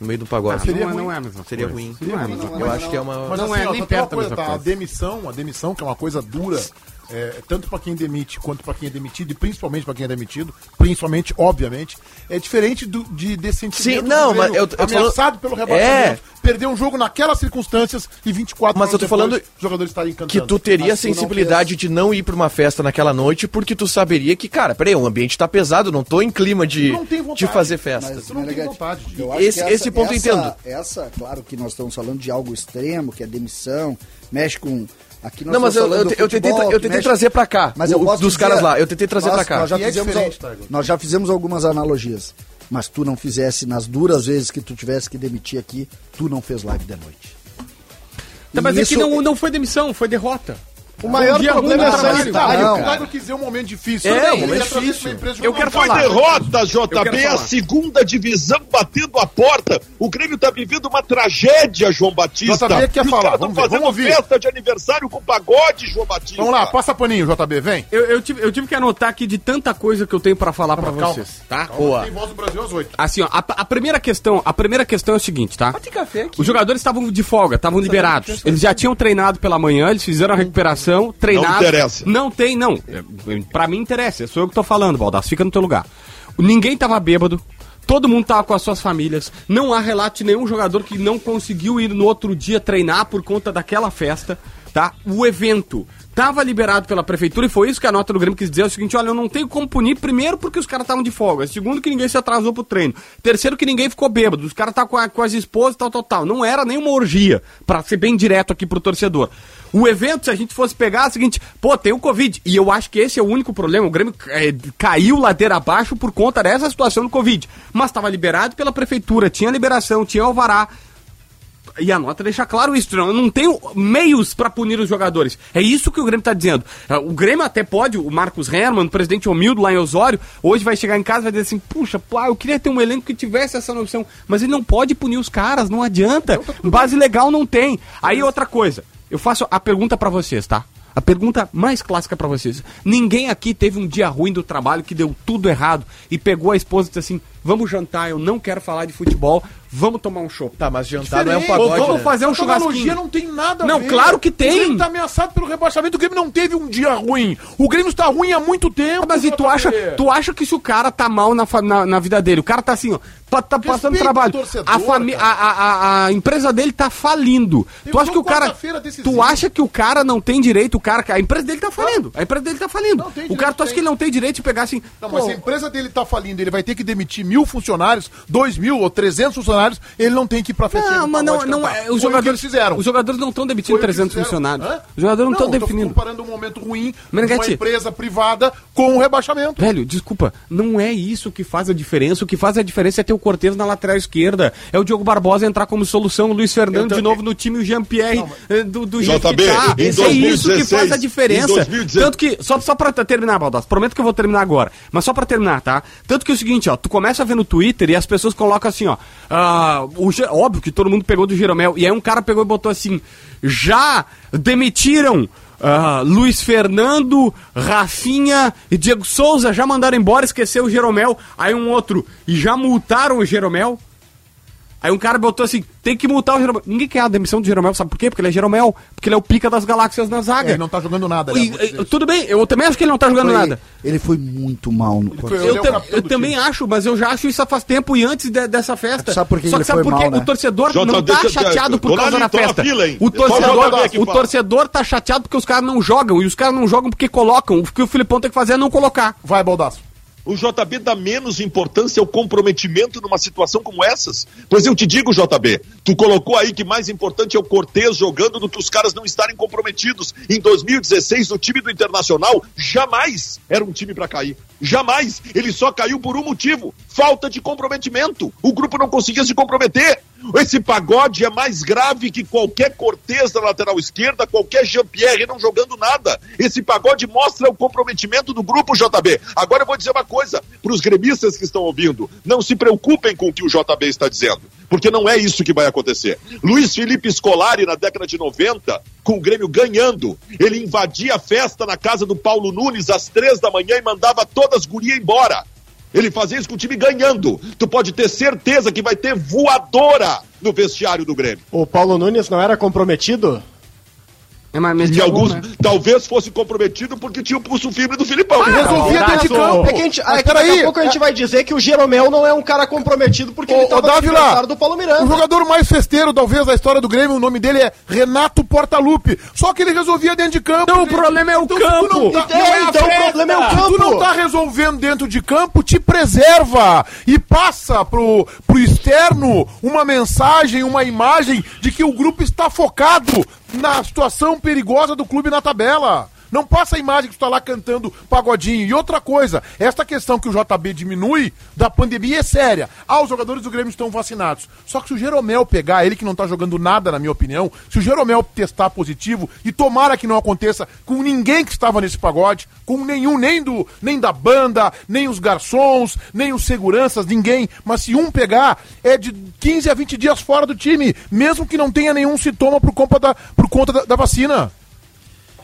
Speaker 3: no meio do pagode?
Speaker 4: Ah, não, é, não é a mesma
Speaker 3: Seria
Speaker 4: coisa.
Speaker 3: ruim.
Speaker 4: Não é a mesma coisa.
Speaker 3: Eu acho que é uma...
Speaker 2: Mas
Speaker 4: Não
Speaker 2: assim,
Speaker 4: é
Speaker 2: ó, só
Speaker 4: nem
Speaker 2: tem uma
Speaker 4: perto da
Speaker 2: coisa,
Speaker 4: mesma
Speaker 2: tá? A
Speaker 4: coisa.
Speaker 2: demissão, a demissão, que é uma coisa dura, é, tanto para quem demite quanto para quem é demitido, e principalmente para quem é demitido, principalmente, obviamente, é diferente do, de, desse sentimento
Speaker 3: Sim, não,
Speaker 2: do Grêmio
Speaker 3: mas eu- eu tô
Speaker 2: ameaçado
Speaker 3: falando-
Speaker 2: pelo rebaixamento,
Speaker 3: É.
Speaker 2: perder um jogo naquelas circunstâncias e 24
Speaker 3: Mas eu tô falando
Speaker 2: os jogadores estarem cantando.
Speaker 3: que tu teria a
Speaker 6: Mas tu não
Speaker 3: sensibilidade de não ir pra uma festa naquela noite porque tu saberia que, cara, peraí, o ambiente tá pesado, não tô em clima de,
Speaker 2: Não tem vontade,
Speaker 3: de fazer festa.
Speaker 2: Mas- Tu não tem
Speaker 6: Meneghetti,
Speaker 2: vontade de-
Speaker 6: é eu acho
Speaker 3: Esse-
Speaker 6: que essa-
Speaker 3: esse ponto eu
Speaker 6: essa-
Speaker 3: entendo.
Speaker 6: Essa, claro que nós estamos falando de algo extremo, que é demissão, mexe com. Aqui nós
Speaker 3: Não, mas
Speaker 6: estamos
Speaker 3: eu- eu
Speaker 6: falando
Speaker 3: te-
Speaker 6: do
Speaker 3: eu tentei
Speaker 6: futebol,
Speaker 3: tra- eu
Speaker 6: que
Speaker 3: tentei trazer pra cá,
Speaker 6: Mas
Speaker 3: o-
Speaker 6: eu posso
Speaker 3: dos
Speaker 6: dizer-
Speaker 3: caras lá, eu tentei trazer pra cá.
Speaker 6: Nós já,
Speaker 2: E é
Speaker 6: fizemos,
Speaker 2: diferente,
Speaker 6: al-
Speaker 2: Tiger.
Speaker 6: nós já fizemos algumas analogias, mas tu não fizesse nas duras vezes que tu tivesse que demitir aqui, tu não fez live de noite.
Speaker 4: Tá, mas
Speaker 6: E
Speaker 4: é que
Speaker 6: isso-
Speaker 4: não, não foi demissão, foi derrota.
Speaker 5: O maior
Speaker 4: dia
Speaker 5: problema
Speaker 4: ruim
Speaker 5: é
Speaker 4: do trabalho.
Speaker 5: sanitário,
Speaker 6: Não,
Speaker 2: O
Speaker 5: cara.
Speaker 2: Caio quis dizer um momento difícil.
Speaker 4: É,
Speaker 2: Ele
Speaker 4: um momento
Speaker 2: ia trazer
Speaker 3: difícil.
Speaker 2: uma empresa de
Speaker 4: Eu
Speaker 2: jornal.
Speaker 4: quero
Speaker 7: Foi
Speaker 4: falar.
Speaker 7: derrota,
Speaker 4: Eu quero
Speaker 7: JB, a
Speaker 4: falar.
Speaker 7: segunda divisão batendo a porta. O Grêmio tá vivendo uma tragédia, João Batista.
Speaker 2: JB quer
Speaker 7: E os
Speaker 2: falar,
Speaker 7: caras
Speaker 2: vamos
Speaker 7: estão
Speaker 2: ver,
Speaker 7: fazendo
Speaker 2: vamos ouvir.
Speaker 7: festa de aniversário com pagode, João Batista.
Speaker 2: Vamos lá, passa paninho, JB, vem.
Speaker 4: Eu, eu tive, eu tive que anotar aqui de tanta coisa que eu tenho pra falar pra
Speaker 2: calma.
Speaker 4: vocês, tá?
Speaker 2: Tem voz do Brasil às 8.
Speaker 4: Assim, ó, a, a primeira questão, a primeira questão é o seguinte, tá? Os jogadores estavam de folga, estavam liberados. Eles já tinham treinado pela manhã, eles fizeram a recuperação, treinaram.
Speaker 7: interessa.
Speaker 4: Não tem, não. É, Pra mim interessa, sou eu que tô falando, Baldaço, fica no teu lugar. Ninguém tava bêbado. Todo mundo tava com as suas famílias. Não há relato de nenhum jogador que não conseguiu ir no outro dia treinar por conta daquela festa, tá? O evento tava liberado pela prefeitura e foi isso que a nota do Grêmio quis dizer, é o seguinte, olha, eu não tenho como punir, primeiro porque os caras estavam de folga, segundo que ninguém se atrasou pro treino, terceiro que ninguém ficou bêbado, os caras estavam com, a- com as esposas e tal, tal, tal. Não era nenhuma orgia, pra ser bem direto aqui pro torcedor. O evento, se a gente fosse pegar, é o seguinte, pô, tem o Covid. E eu acho que esse é o único problema. O Grêmio eh, caiu ladeira abaixo por conta dessa situação do Covid. Mas estava liberado pela prefeitura, tinha liberação, tinha alvará. E a nota deixa claro isso, não, eu não tenho meios pra punir os jogadores. É isso que o Grêmio tá dizendo. Ah, O Grêmio até pode, o Marcos Herman, o presidente Romildo lá em Osório, hoje vai chegar em casa e vai dizer assim: puxa, pô, eu queria ter um elenco que tivesse essa opção, mas ele não pode punir os caras, não adianta. Base legal não tem. Aí outra coisa, eu faço a pergunta pra vocês, tá? A pergunta mais clássica pra vocês. Ninguém aqui teve um dia ruim do trabalho que deu tudo errado e pegou a esposa e disse assim: vamos jantar, eu não quero falar de futebol, vamos tomar um chopp.
Speaker 3: Tá, mas jantar não é um
Speaker 2: Diferente.
Speaker 3: pagode,
Speaker 4: Ou vamos
Speaker 3: né?
Speaker 4: fazer um
Speaker 2: Essa analogia
Speaker 4: churrasquinho.
Speaker 2: não tem nada a
Speaker 4: Não,
Speaker 2: ver.
Speaker 4: claro que tem.
Speaker 2: O Grêmio tá ameaçado pelo rebaixamento. O Grêmio não teve um dia ruim. O Grêmio está ruim há muito tempo.
Speaker 4: Mas e tu
Speaker 2: JB.
Speaker 4: acha, tu acha que se o cara tá mal na, fa- na, na vida dele, o cara tá assim, ó, pa- tá passando
Speaker 2: Respeita
Speaker 4: trabalho,
Speaker 2: o torcedor,
Speaker 4: a, fami- a,
Speaker 2: cara.
Speaker 4: a, a, a empresa dele tá falindo.
Speaker 2: Tem
Speaker 4: tu acha
Speaker 2: jogo
Speaker 4: que o cara,
Speaker 2: quarta-feira decisivo.
Speaker 4: tu acha que o cara não tem direito, o cara, a empresa dele tá falindo, a empresa dele tá falindo.
Speaker 2: Não, tem
Speaker 4: O
Speaker 2: direito,
Speaker 4: cara, tu acha
Speaker 2: tem.
Speaker 4: que ele não tem direito de pegar assim,
Speaker 2: Não, mas
Speaker 4: pô,
Speaker 2: se a empresa dele tá falindo, ele vai ter que demitir mil funcionários, dois mil ou trezentos funcionários, ele não tem que ir pra festa.
Speaker 4: Não,
Speaker 2: ele
Speaker 4: mas
Speaker 2: pode
Speaker 4: não, não
Speaker 2: cantar.
Speaker 4: é,
Speaker 2: tá. Foi o
Speaker 4: os
Speaker 2: que
Speaker 4: jogadores
Speaker 2: eles fizeram.
Speaker 4: Os jogadores não estão
Speaker 2: Foi o
Speaker 4: demitindo
Speaker 2: que
Speaker 4: 300
Speaker 2: fizeram.
Speaker 4: funcionários.
Speaker 2: Hã?
Speaker 4: Os jogadores não estão
Speaker 2: eu tô
Speaker 4: definindo.
Speaker 2: comparando um momento ruim de uma
Speaker 4: Meneghetti.
Speaker 2: empresa privada com o rebaixamento.
Speaker 4: Velho, desculpa, não é isso que faz a diferença. O que faz a diferença é ter o Cortez na lateral esquerda. É o Diogo Barbosa entrar como solução, o Luiz Fernando de novo no time, o Jean-Pierre eh, do, do jeito
Speaker 7: JB,
Speaker 4: que tá.
Speaker 7: em
Speaker 4: é isso que
Speaker 7: 2016,
Speaker 4: faz a
Speaker 7: em
Speaker 4: diferença.
Speaker 7: 2016.
Speaker 4: Tanto que, só, só pra terminar, Baldassi, prometo que eu vou terminar agora, mas só pra terminar, tá? Tanto que é o seguinte, ó, tu começa a ver no Twitter e as pessoas colocam assim, ó, ah, o Ge- óbvio que todo mundo pegou do Jeromel, e aí um cara pegou e botou assim, já demitiram ah, Luiz Fernando, Rafinha e Diego Souza já mandaram embora, esqueceu o Jeromel. Aí um outro, e já multaram o Jeromel. Aí um cara botou assim, tem que multar o Jeromel. Ninguém quer a demissão do Jeromel, sabe por quê? Porque ele é Jeromel, porque ele é o pica das galáxias na zaga.
Speaker 2: É, ele não tá jogando nada, né?
Speaker 4: E-
Speaker 2: Vou dizer
Speaker 4: e- tudo bem, eu também acho que ele não tá jogando
Speaker 6: Foi-
Speaker 4: nada.
Speaker 6: Ele foi muito mal no quarto.
Speaker 2: foi-
Speaker 4: Eu,
Speaker 2: ele é o
Speaker 4: tam-
Speaker 2: capitão
Speaker 4: eu
Speaker 2: do
Speaker 4: também acho, mas eu já acho isso faz tempo e antes de- dessa festa.
Speaker 6: Sabe por que
Speaker 4: Só
Speaker 6: ele
Speaker 4: que sabe
Speaker 6: foi
Speaker 4: por quê?
Speaker 6: mal, né?
Speaker 4: O torcedor
Speaker 7: Jota,
Speaker 4: não tá
Speaker 7: deixa-
Speaker 4: chateado por
Speaker 7: Dona
Speaker 4: causa da
Speaker 7: Lito,
Speaker 4: festa.
Speaker 7: a fila, um hein?
Speaker 4: o
Speaker 7: É só
Speaker 4: torcedor,
Speaker 7: jogador que
Speaker 4: o
Speaker 7: fala.
Speaker 4: torcedor tá chateado porque os caras não jogam e os caras não jogam porque colocam. O que o Filipão tem que fazer é não colocar.
Speaker 2: Vai, Baldaço.
Speaker 7: O JB dá menos importância ao comprometimento numa situação como essas. Pois eu te digo, JB, tu colocou aí que mais importante é o Cortez jogando do que os caras não estarem comprometidos. Em 2016, o time do Internacional jamais era um time pra cair. Jamais. Ele só caiu por um motivo: falta de comprometimento. O grupo não conseguia se comprometer. Esse pagode é mais grave que qualquer Cortez da lateral esquerda, qualquer Jean-Pierre não jogando nada. Esse pagode mostra o comprometimento do grupo JB. Agora eu vou dizer uma coisa para os gremistas que estão ouvindo: não se preocupem com o que o JB está dizendo, porque não é isso que vai acontecer. Luiz Felipe Scolari, na década de 90, com o Grêmio ganhando, ele invadia a festa na casa do Paulo Nunes às três da manhã e mandava todas as gurias embora. Ele fazia isso com o time ganhando. Tu pode ter certeza que vai ter voadora no vestiário do Grêmio.
Speaker 5: O Paulo Nunes não era comprometido?
Speaker 4: É, mas, mas
Speaker 7: E
Speaker 4: tinha
Speaker 7: alguns
Speaker 4: algum, né?
Speaker 7: talvez fosse comprometido porque tinha o pulso firme do Filipão.
Speaker 3: Tá
Speaker 2: Resolvia
Speaker 4: Baldasso.
Speaker 2: dentro de
Speaker 3: um
Speaker 2: campo.
Speaker 5: É que a gente,
Speaker 2: Mas
Speaker 5: é que daqui a pouco a gente vai dizer que o Jeromel não é um cara comprometido porque ele
Speaker 2: Ô, ô
Speaker 5: tava no
Speaker 2: Dávila,
Speaker 5: aniversário do Paulo
Speaker 2: o
Speaker 5: Miranda.
Speaker 2: jogador mais festeiro, talvez, da história do Grêmio, o nome dele é Renato Portaluppi. Só que ele resolvia dentro de campo.
Speaker 4: Não, o problema é o
Speaker 2: se tu não
Speaker 4: campo.
Speaker 2: tá-
Speaker 5: Então, então o problema é o
Speaker 2: Se tu não
Speaker 5: campo.
Speaker 2: tá resolvendo dentro de campo, te preserva e passa pro, pro externo uma mensagem, uma imagem de que o grupo está focado na situação perigosa do clube na tabela. Não passa a imagem que tu tá lá cantando pagodinho. E outra coisa, esta questão que o JB diminui da pandemia é séria. Ah, os jogadores do Grêmio estão vacinados. Só que se o Jeromel pegar, ele que não tá jogando nada, na minha opinião, se o Jeromel testar positivo, e tomara que não aconteça com ninguém que estava nesse pagode, com nenhum, nem do, nem da banda, nem os garçons, nem os seguranças, ninguém. Mas se um pegar, é de 15 a 20 dias fora do time, mesmo que não tenha nenhum sintoma por conta da, por conta da, da vacina.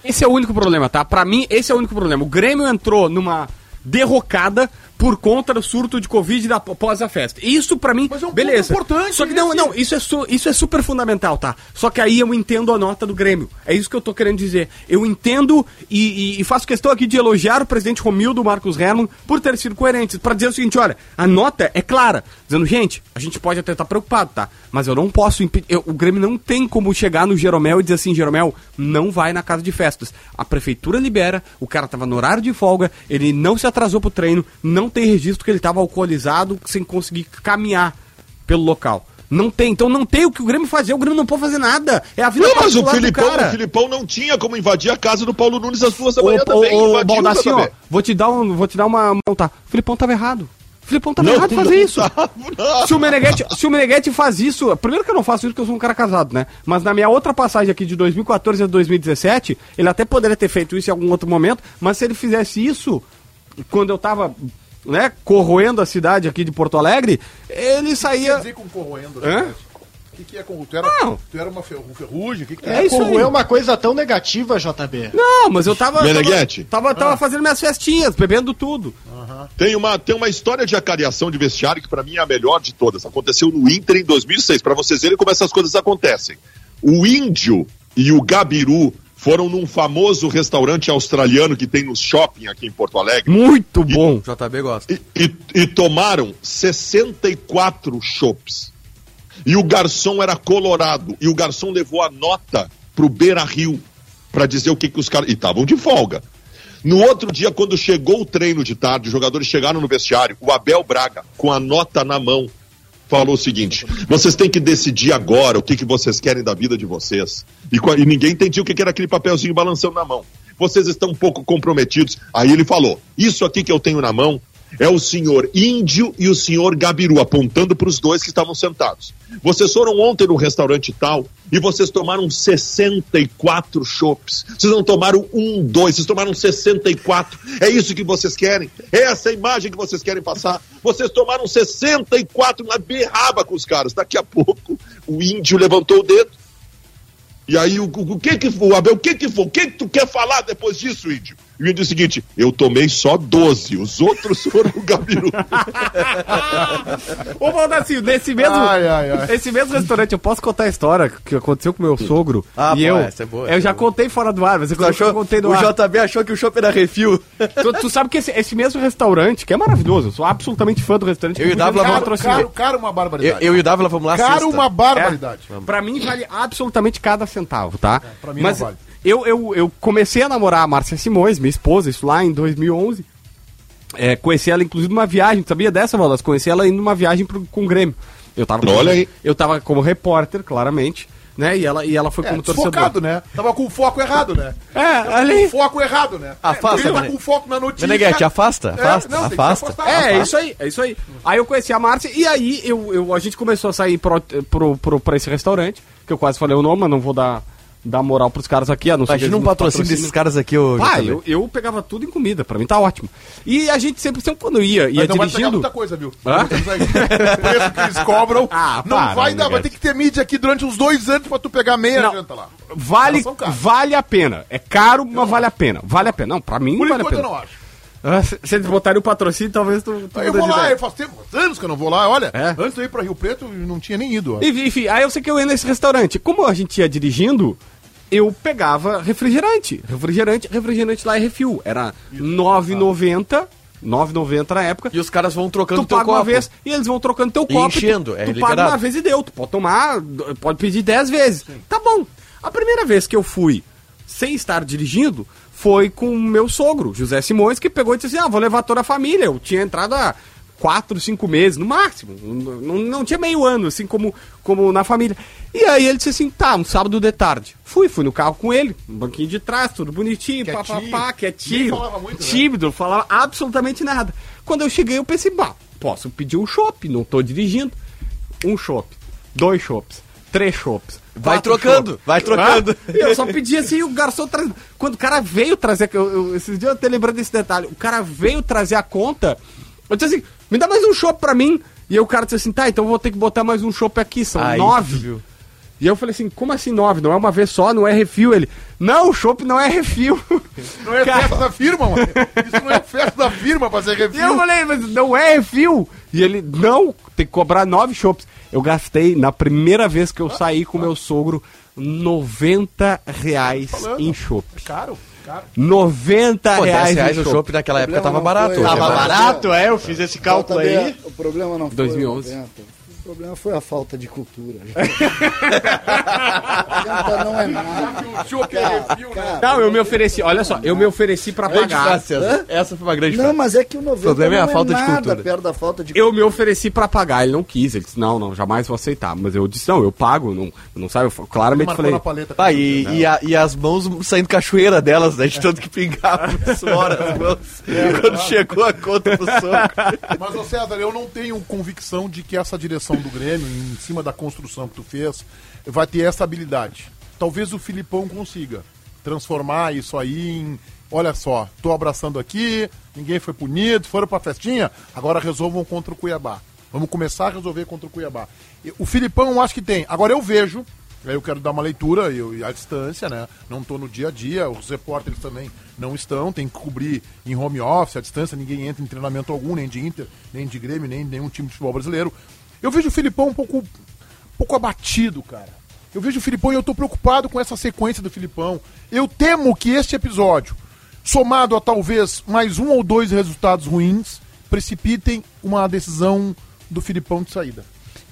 Speaker 4: Esse é o único problema, tá? Pra mim, esse é o único problema. O Grêmio entrou numa derrocada por conta do surto de Covid da, pós a festa. Isso pra mim,
Speaker 2: Mas é um ponto
Speaker 4: beleza.
Speaker 2: importante
Speaker 4: Só que não,
Speaker 2: esse.
Speaker 4: não, isso é, su- isso é super fundamental, tá? Só que aí eu entendo a nota do Grêmio. É isso que eu tô querendo dizer. Eu entendo e, e- e faço questão aqui de elogiar o presidente Romildo Marcos Herman por ter sido coerente, pra dizer o seguinte, olha, a nota é clara, dizendo, gente, a gente pode até estar preocupado, tá? Mas eu não posso, impe- eu- o Grêmio não tem como chegar no Jeromel e dizer assim, Jeromel, não vai na casa de festas. A prefeitura libera, o cara tava no horário de folga, ele não se atrasou pro treino, não tem registro que ele tava alcoolizado, sem conseguir caminhar pelo local. Não tem, então não tem o que o Grêmio fazer, o Grêmio não pode fazer nada. É a vida
Speaker 7: Não, mas o
Speaker 4: particular do
Speaker 7: Filipão,
Speaker 4: cara.
Speaker 7: o Filipão não tinha como invadir a casa do Paulo Nunes às duas da
Speaker 4: Ô,
Speaker 7: manhã também.
Speaker 4: ô, ô,
Speaker 7: invadiu
Speaker 4: Baldacinho,
Speaker 7: JB.
Speaker 4: ó, vou te dar um, vou te dar uma, uma tá. O Filipão tava errado. O Filipão tava
Speaker 7: Não,
Speaker 4: tá
Speaker 7: um
Speaker 4: errado de fazer
Speaker 7: não
Speaker 4: isso.
Speaker 7: tava, não.
Speaker 4: Se o Meneghetti, se o Meneghetti faz isso, primeiro que eu não faço isso porque eu sou um cara casado, né? Mas na minha outra passagem aqui de 2014 a 2017, ele até poderia ter feito isso em algum outro momento, mas se ele fizesse isso quando eu tava, né, corroendo a cidade aqui de Porto Alegre, ele saía
Speaker 2: com corroendo,
Speaker 4: Hã?
Speaker 2: O que, que é com. Tu era,
Speaker 4: Não.
Speaker 2: tu era uma ferru- ferrugem? O que, que tu
Speaker 4: É isso aí.
Speaker 5: Corroeu uma coisa tão negativa, JB.
Speaker 4: Não, mas eu tava.
Speaker 7: Meneghetti.
Speaker 4: Tava, tava,
Speaker 3: Ah.
Speaker 4: tava fazendo minhas festinhas, bebendo tudo.
Speaker 7: Tem uma, tem uma história de acariação de vestiário que pra mim é a melhor de todas. Aconteceu no Inter em 2006. Pra vocês verem como essas coisas acontecem. O Índio e o Gabiru foram num famoso restaurante australiano que tem no shopping aqui em Porto Alegre
Speaker 4: Muito bom.
Speaker 3: JB gosta.
Speaker 7: e, e- e tomaram 64 chopps. E o garçom era colorado. E o garçom levou a nota pro Beira Rio pra dizer o que, que os caras. E estavam de folga. No outro dia, quando chegou o treino de tarde, os jogadores chegaram no vestiário, o Abel Braga, com a nota na mão, falou o seguinte: vocês têm que decidir agora o que, que vocês querem da vida de vocês. E, co- e ninguém entendia o que, que era aquele papelzinho balançando na mão. Vocês estão um pouco comprometidos. Aí ele falou: isso aqui que eu tenho na mão é o senhor Índio e o senhor Gabiru, apontando para os dois que estavam sentados. Vocês foram ontem num restaurante tal e vocês tomaram 64 chopps. Vocês não tomaram um, dois, vocês tomaram 64. É isso que vocês querem? É essa a imagem que vocês querem passar? Vocês tomaram 64, uma berraba com os caras. Daqui a pouco, o Índio levantou o dedo. E aí, o, o- o que que foi, Abel, o que que foi? O que que tu quer falar depois disso, índio? E o índio é o seguinte, eu tomei só 12, os outros foram o Gabiru.
Speaker 4: Ô, Valdacinho, nesse mesmo.
Speaker 2: Ai, ai, ai.
Speaker 4: Esse mesmo restaurante, eu posso contar a história que aconteceu com meu sogro.
Speaker 3: Ah,
Speaker 4: e
Speaker 3: pô,
Speaker 4: eu,
Speaker 3: essa é boa, essa
Speaker 4: eu
Speaker 3: é
Speaker 4: já
Speaker 3: boa.
Speaker 4: contei fora do ar, mas eu,
Speaker 3: Tu
Speaker 4: eu
Speaker 3: achou,
Speaker 4: contei no
Speaker 3: o
Speaker 4: ar.
Speaker 3: JB achou que o chopp era refil.
Speaker 4: Tu, tu sabe que esse, esse mesmo restaurante, que é maravilhoso, eu sou absolutamente fã do restaurante.
Speaker 3: Eu e o Dávila
Speaker 4: Cara,
Speaker 3: vamos-
Speaker 4: patrocina.
Speaker 2: Caro, caro uma
Speaker 3: Eu,
Speaker 2: barbaridade.
Speaker 3: eu e o Dávila vamos lá
Speaker 2: Caro
Speaker 3: sexta.
Speaker 2: uma barbaridade.
Speaker 4: É. Pra mim vale absolutamente cada centavo, tá?
Speaker 2: É, pra mim
Speaker 4: Mas
Speaker 2: não vale.
Speaker 4: eu, eu, eu comecei a namorar a Márcia Simões, minha esposa, isso lá em 2011. É, conheci ela, inclusive, numa viagem. Tu sabia dessa, Valas? Conheci ela indo numa viagem pro, com o Grêmio. Eu tava
Speaker 7: Olha aí.
Speaker 4: Eu tava como repórter, claramente. né? E ela, e ela foi como torcedor.
Speaker 2: Desfocado, né? Tava com o foco errado, né?
Speaker 4: É, ali.
Speaker 2: O foco errado, né?
Speaker 3: Afasta,
Speaker 2: Ele tá
Speaker 3: Mene-
Speaker 2: com o foco na notícia.
Speaker 3: Meneghete, afasta,
Speaker 2: É,
Speaker 3: afasta,
Speaker 2: não, tem que se
Speaker 3: afasta.
Speaker 2: afastar.
Speaker 4: É, é isso aí, é isso aí. Aí eu conheci a Márcia e aí eu, eu- a gente começou a sair pro, pro, pro- pra esse restaurante, que eu quase falei o nome, mas não vou dar, dar moral pros caras aqui, a
Speaker 2: Tá,
Speaker 4: não ser que
Speaker 3: Imagina
Speaker 4: eles
Speaker 3: um
Speaker 4: nos
Speaker 3: patrocínio
Speaker 4: patrocinem.
Speaker 3: desses caras aqui, ô.
Speaker 4: Pá,
Speaker 3: JB.
Speaker 4: eu, eu pegava tudo em comida, pra mim tá ótimo. E a gente sempre, sempre quando ia, ia
Speaker 2: Mas não vai pegar
Speaker 4: dirigindo.
Speaker 2: muita coisa, viu?
Speaker 4: Hã?
Speaker 2: O preço que eles cobram.
Speaker 4: Ah,
Speaker 2: não
Speaker 4: para,
Speaker 2: vai dar,
Speaker 4: Meneghete.
Speaker 2: vai ter que ter mídia aqui durante uns dois anos pra tu pegar meia
Speaker 4: Não.
Speaker 2: janta lá.
Speaker 4: Vale,
Speaker 2: Elas são caras.
Speaker 4: vale a pena. É caro, mas vale a pena. Vale a pena. Não, pra mim
Speaker 2: Por
Speaker 4: vale a
Speaker 2: enquanto
Speaker 4: pena.
Speaker 2: eu não acho.
Speaker 4: Ah, se, se eles botarem o patrocínio, talvez tu. tu
Speaker 2: Aí eu
Speaker 4: muda
Speaker 2: vou
Speaker 4: de
Speaker 2: lá,
Speaker 4: ideia.
Speaker 2: eu faço tempo, faz anos que eu não vou lá, olha.
Speaker 4: É?
Speaker 2: Antes de eu ir pra Rio Preto, eu não tinha nem ido. ó.
Speaker 4: Enfim, enfim, aí eu sei que eu ia nesse restaurante. Como a gente ia dirigindo, eu pegava refrigerante. Refrigerante, refrigerante lá é refil. Era R$ 9,90. 9,90 na época.
Speaker 3: tá. E os caras vão trocando
Speaker 4: tu paga uma vez e eles vão trocando teu
Speaker 3: E
Speaker 4: copo.
Speaker 3: enchendo,
Speaker 4: tu,
Speaker 3: é
Speaker 4: tu paga
Speaker 3: liberado.
Speaker 4: uma vez e deu. Tu pode tomar, d- pode pedir 10 vezes. Tá bom. A primeira vez que eu fui sem estar dirigindo foi com o meu sogro, José Simões, que pegou e disse assim: ah, vou levar toda a família. Eu tinha entrado há 4, 5 meses, no máximo. Não, não tinha meio ano, assim como, como na família. E aí ele disse assim: tá, um sábado de tarde. Fui, fui no carro com ele, no banquinho de trás, tudo bonitinho,
Speaker 2: Quietinho.
Speaker 4: papapá,
Speaker 2: Nem
Speaker 4: quietinho.
Speaker 2: falava muito, né?
Speaker 4: Tímido, não falava absolutamente nada. Quando eu cheguei, eu pensei, bah, posso pedir um chopp, não tô dirigindo. Um chopp, dois chopps, três chopps.
Speaker 3: Vai
Speaker 4: quatro
Speaker 3: trocando,
Speaker 4: chopps.
Speaker 3: vai trocando.
Speaker 4: Ah, e eu só pedi assim, o garçom traz... Quando o cara veio trazer, que eu, eu- esses dias eu tô lembrando desse detalhe, o cara veio trazer a conta, eu disse assim, me dá mais um chopp pra mim. E aí o cara disse assim, tá, então eu vou ter que botar mais um chopp aqui, são
Speaker 3: Aí, tu
Speaker 4: nove.
Speaker 3: viu.
Speaker 4: E eu falei assim, como assim nove? Não é uma vez só, não é refil? Ele, não, o chopp não é refil.
Speaker 2: Não é festa da firma, mano. Isso não é festa da firma pra ser
Speaker 4: E eu
Speaker 2: review.
Speaker 4: falei, mas não é refil. E ele, não, tem que cobrar nove chopps. Eu gastei, na primeira vez que eu saí com meu sogro, 90 reais em chopp.
Speaker 2: Tá Caro, caro.
Speaker 4: 90
Speaker 3: Pô, 10
Speaker 4: reais,
Speaker 3: reais
Speaker 4: em
Speaker 3: o
Speaker 4: chopp.
Speaker 3: chopp naquela época tava
Speaker 6: Problema
Speaker 3: barato.
Speaker 6: não foi.
Speaker 3: hoje é
Speaker 5: Tava
Speaker 3: barato.
Speaker 5: barato, é, eu fiz esse cálculo
Speaker 6: JB,
Speaker 5: aí.
Speaker 6: O problema não foi
Speaker 4: 2011.
Speaker 6: 90. O problema foi a falta de cultura. Janta não é nada.
Speaker 2: O show que é review, né?
Speaker 4: Não, eu me ofereci, olha só, eu me ofereci pra
Speaker 3: Grande
Speaker 4: pagar.
Speaker 3: frase, César. Essa foi uma grande
Speaker 6: Não,
Speaker 3: frase.
Speaker 6: mas é que o 90
Speaker 3: problema é a
Speaker 6: não
Speaker 3: falta de
Speaker 6: nada
Speaker 3: cultura.
Speaker 6: perto da falta de
Speaker 4: Eu me ofereci pra pagar, ele não quis, ele disse, não, não, jamais vou aceitar. Mas eu disse, não, eu pago, não, não sabe, eu claramente
Speaker 2: Marcou
Speaker 4: falei...
Speaker 2: na paleta.
Speaker 3: Tá, e, e a- e as mãos saindo cachoeira delas, né? De tanto que pingava suor as mãos.
Speaker 5: É.
Speaker 3: quando chegou a conta do soco.
Speaker 2: Mas, ô César, eu não tenho convicção de que essa direção do Grêmio, em cima da construção que tu fez, vai ter essa habilidade. Talvez o Filipão consiga transformar isso aí em. Olha só, tô abraçando aqui, ninguém foi punido, foram pra festinha, agora resolvam contra o Cuiabá. Vamos começar a resolver contra o Cuiabá. E O Filipão eu acho que tem. Agora eu vejo, aí eu quero dar uma leitura eu, e à distância, né? Não tô no dia a dia, os repórteres também não estão, tem que cobrir em home office, à distância, ninguém entra em treinamento algum, nem de Inter, nem de Grêmio, nem de nenhum time de futebol brasileiro. Eu vejo o Filipão um pouco um pouco abatido, cara. Eu vejo o Filipão e eu tô preocupado com essa sequência do Filipão. Eu temo que este episódio, somado a talvez mais um ou dois resultados ruins, precipitem uma decisão do Filipão de saída.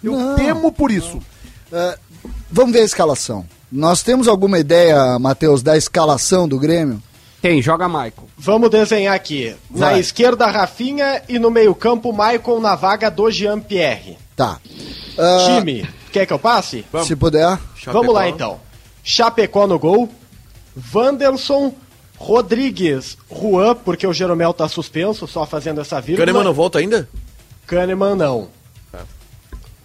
Speaker 2: Eu
Speaker 6: Não,
Speaker 2: temo por isso.
Speaker 6: Ah, vamos ver a escalação. Nós temos alguma ideia, Matheus, da escalação do Grêmio?
Speaker 4: Tem, joga Michael.
Speaker 5: Vamos desenhar aqui. Na
Speaker 6: Vai.
Speaker 5: esquerda, Rafinha e no meio-campo, Maicon na vaga do Jean-Pierre.
Speaker 6: Tá. Ah,
Speaker 5: Time, quer que eu passe?
Speaker 6: Se puder.
Speaker 5: Vamos lá então. Chapecó no gol. Wanderson, Rodrigues, Juan, porque o Jeromel tá suspenso, só fazendo essa vírgula.
Speaker 3: Kahneman não volta ainda? Tá.
Speaker 5: Kahneman não.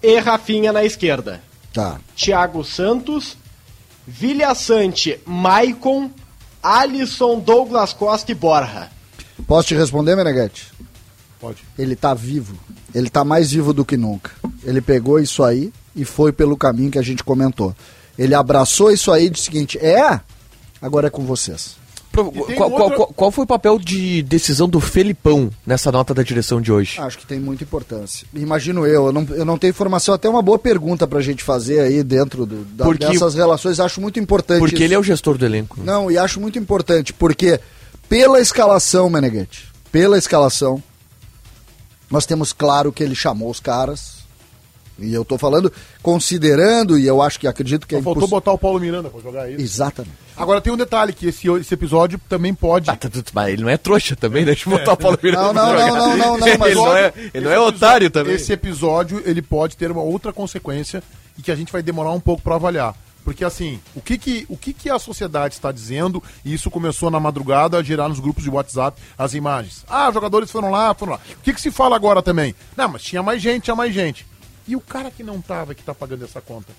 Speaker 5: E Rafinha na esquerda.
Speaker 6: Tá.
Speaker 5: Thiago Santos, Vilha Sante, Maicon, Alisson, Douglas Costa e Borja.
Speaker 6: Posso te responder, Meneghete?
Speaker 2: Pode.
Speaker 6: Ele tá vivo. Ele tá mais vivo do que nunca. Ele pegou isso aí e foi pelo caminho que a gente comentou. Ele abraçou isso aí e disse o seguinte: é, agora é com vocês.
Speaker 2: E tem
Speaker 3: qual,
Speaker 2: um
Speaker 3: qual-
Speaker 2: outro-
Speaker 3: qual- qual foi o papel de decisão do Felipão nessa nota da direção de hoje?
Speaker 6: Acho que tem muita importância. Imagino eu, eu não, eu não tenho informação, até uma boa pergunta pra gente fazer aí dentro do, da-
Speaker 3: Porque-
Speaker 6: dessas relações. Acho muito importante
Speaker 3: Porque
Speaker 6: isso.
Speaker 3: ele é o gestor do elenco. né?
Speaker 6: Não, e acho muito importante, porque pela escalação, Meneghete, pela escalação, nós temos claro que ele chamou os caras. E eu tô falando, considerando, e eu acho que acredito que é
Speaker 2: Só faltou
Speaker 6: imposs-
Speaker 2: botar o Paulo Miranda pra jogar é isso.
Speaker 6: Exatamente.
Speaker 2: Agora tem um detalhe, que esse, esse episódio também pode...
Speaker 3: Ah, tá, tá, tá, mas ele não é trouxa também, né? Deixa eu botar o Paulo Miranda.
Speaker 6: É. Não, não,
Speaker 3: pra
Speaker 6: não,
Speaker 3: jogar.
Speaker 6: não, não, não, mas
Speaker 3: ele não é, ele não
Speaker 2: Esse
Speaker 3: é
Speaker 2: episódio-
Speaker 3: otário também.
Speaker 2: Esse episódio ele pode ter uma outra consequência e que a gente vai demorar um pouco pra avaliar. Porque assim, o que que, o que que a sociedade está dizendo, e isso começou na madrugada a gerar nos grupos de WhatsApp as imagens. Ah, jogadores foram lá, foram lá. O que que se fala agora também? Não, mas tinha mais gente, tinha mais gente. E o cara que não tava, que tá pagando essa conta?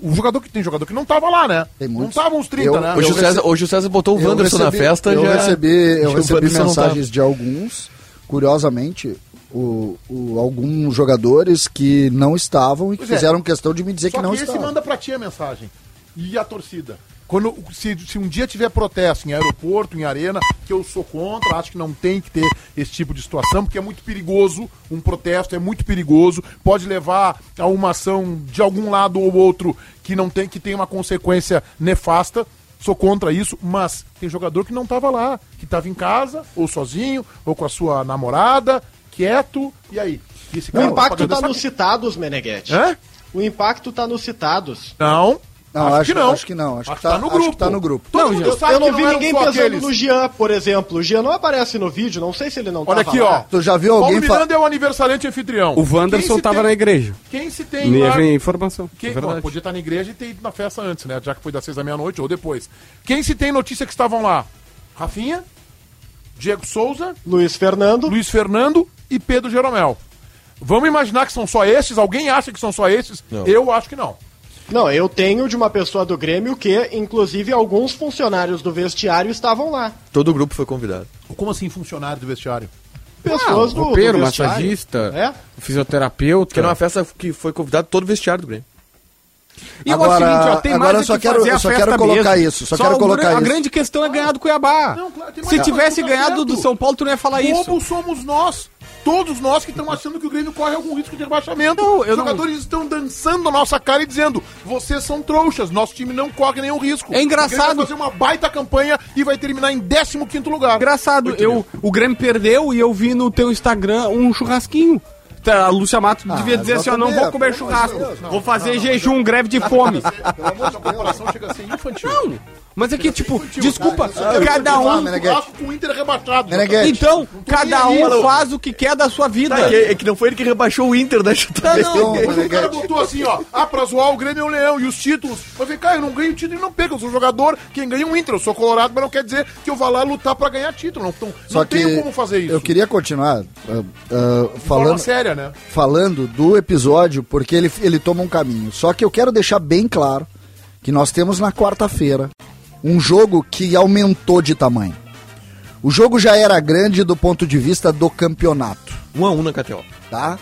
Speaker 2: O jogador que tem jogador que não tava lá, né?
Speaker 6: Tem
Speaker 2: não
Speaker 6: muitos.
Speaker 2: tava uns 30,
Speaker 6: Eu-
Speaker 2: né? Eu
Speaker 3: Hoje,
Speaker 6: Hoje o
Speaker 3: o
Speaker 6: rece-
Speaker 3: César, hoje o César botou o Wanderson na festa.
Speaker 6: Eu
Speaker 3: já-
Speaker 6: recebi,
Speaker 3: já
Speaker 6: eu
Speaker 3: o
Speaker 6: recebi
Speaker 3: Wanderson não tá.
Speaker 6: mensagens de alguns, curiosamente, o, o- alguns jogadores que não estavam e que
Speaker 2: Pois é.
Speaker 6: fizeram questão de me dizer
Speaker 2: Só
Speaker 6: que não
Speaker 2: esse
Speaker 6: estavam.
Speaker 2: manda pra ti a mensagem. E a torcida. Quando, se, se um dia tiver protesto em aeroporto, em arena, que eu sou contra, acho que não tem que ter esse tipo de situação, porque é muito perigoso, um protesto é muito perigoso, pode levar a uma ação de algum lado ou outro que não tem, que tem uma consequência nefasta. Sou contra isso, mas tem jogador que não tava lá, que tava em casa, ou sozinho, ou com a sua namorada, quieto, e aí? E esse
Speaker 5: O
Speaker 2: cara
Speaker 5: impacto
Speaker 2: pagando
Speaker 5: tá
Speaker 2: essa-
Speaker 5: nos citados, Meneghetti.
Speaker 2: Hã?
Speaker 5: O impacto tá nos citados.
Speaker 2: Não.
Speaker 6: Não, acho, que não. Acho que não. Acho, que, tá,
Speaker 2: no
Speaker 6: acho
Speaker 2: grupo.
Speaker 6: que tá no grupo.
Speaker 2: Todo
Speaker 5: Não,
Speaker 2: mundo
Speaker 5: eu,
Speaker 2: sabe
Speaker 5: eu não
Speaker 2: que
Speaker 5: vi
Speaker 2: eram
Speaker 5: ninguém
Speaker 2: só
Speaker 5: pensando
Speaker 2: aqueles.
Speaker 5: no Jean, por exemplo. O Jean não aparece no vídeo, não sei se ele não
Speaker 2: Olha
Speaker 5: tava
Speaker 2: aqui,
Speaker 5: lá.
Speaker 2: ó.
Speaker 6: Tu já viu
Speaker 2: Paulo
Speaker 6: alguém fa-
Speaker 2: Miranda é o aniversariante anfitrião.
Speaker 4: O Wanderson
Speaker 2: Quem se
Speaker 4: tava
Speaker 2: tem-
Speaker 4: na igreja.
Speaker 2: Quem se tem lá...
Speaker 4: Neve informação.
Speaker 2: Quem...
Speaker 4: é
Speaker 2: Bom,
Speaker 4: verdade.
Speaker 2: podia estar na igreja e ter ido na festa antes, né? Já que foi das seis da meia-noite ou depois. Quem se tem notícia que estavam lá? Rafinha, Diego Souza,
Speaker 5: Luiz Fernando.
Speaker 2: Luiz Fernando e Pedro Jeromel. Vamos imaginar que são só esses? Alguém acha que são só esses? Eu acho que não.
Speaker 5: Não, eu tenho de uma pessoa do Grêmio que, inclusive, alguns funcionários do vestiário estavam lá.
Speaker 3: Todo o grupo foi convidado.
Speaker 2: Como assim funcionário do vestiário?
Speaker 3: Ah,
Speaker 5: Pessoas do,
Speaker 4: roupeiro,
Speaker 5: do vestiário.
Speaker 4: massagista,
Speaker 5: É?
Speaker 4: fisioterapeuta.
Speaker 3: Porque era uma festa que foi convidado todo o vestiário do Grêmio.
Speaker 4: E eu acho o
Speaker 6: Agora-
Speaker 4: seguinte, ó, tem
Speaker 6: agora
Speaker 4: mais
Speaker 6: eu só
Speaker 4: é que
Speaker 6: quero-
Speaker 4: fazer
Speaker 6: eu
Speaker 4: a
Speaker 6: só
Speaker 4: festa
Speaker 6: quero colocar
Speaker 4: mesmo.
Speaker 6: isso, só quero
Speaker 4: o
Speaker 6: colocar
Speaker 4: gran- A
Speaker 6: isso.
Speaker 4: grande questão é ganhar do Cuiabá.
Speaker 2: Não, claro, tem mais
Speaker 4: Se
Speaker 2: uma
Speaker 4: tivesse
Speaker 2: coisa, tá
Speaker 4: ganhado do
Speaker 2: certo.
Speaker 4: São Paulo, tu não ia falar isso.
Speaker 2: Bobo somos nós. Todos nós que estamos achando que o Grêmio corre algum risco de rebaixamento.
Speaker 4: Não, eu
Speaker 2: Os
Speaker 4: não-
Speaker 2: jogadores estão dançando na nossa cara e dizendo: vocês são trouxas, nosso time não corre nenhum risco.
Speaker 4: É engraçado.
Speaker 2: O Grêmio vai fazer uma baita campanha e vai terminar em 15 lugar.
Speaker 4: Engraçado, eu, o Grêmio perdeu e eu vi no teu Instagram um churrasquinho. Tá, A Lúcia Mato devia dizer assim, ó, não vou comer churrasco, vou fazer jejum, greve de fome.
Speaker 2: Pelo amor de Deus, a comparação chega a ser infantil.
Speaker 4: Não, mas é que, tipo, desculpa,
Speaker 6: eu-
Speaker 4: cada
Speaker 6: eu- eu-
Speaker 4: um...
Speaker 6: eu-
Speaker 2: Churrasco com o Inter rebaixado.
Speaker 6: Meneghete,
Speaker 4: Então, cada
Speaker 2: nem aí,
Speaker 4: um
Speaker 2: falou.
Speaker 4: faz o que quer da sua vida.
Speaker 3: Tá, é, que, é que não foi ele que rebaixou o Inter né, da chutada.
Speaker 6: Não, não,
Speaker 2: Hoje o cara
Speaker 6: Meneghete.
Speaker 2: botou assim, ó. Ah, pra zoar o Grêmio é o Leão e os títulos. Eu falei, cara, eu não ganho título e não pego. Eu sou jogador, quem ganha é o Inter. Eu sou colorado, mas não quer dizer que eu vá lá lutar pra ganhar título. Não, então,
Speaker 6: Só
Speaker 2: não
Speaker 6: que
Speaker 2: tenho como fazer isso.
Speaker 6: eu queria continuar ah, ah,
Speaker 2: De forma
Speaker 6: falando,
Speaker 2: séria, né?
Speaker 6: falando do episódio, porque ele, ele toma um caminho. Só que eu quero deixar bem claro que nós temos na quarta-feira um jogo que aumentou de tamanho. O jogo já era grande do ponto de vista do campeonato,
Speaker 3: 1 a 1 na KTO.
Speaker 6: tá?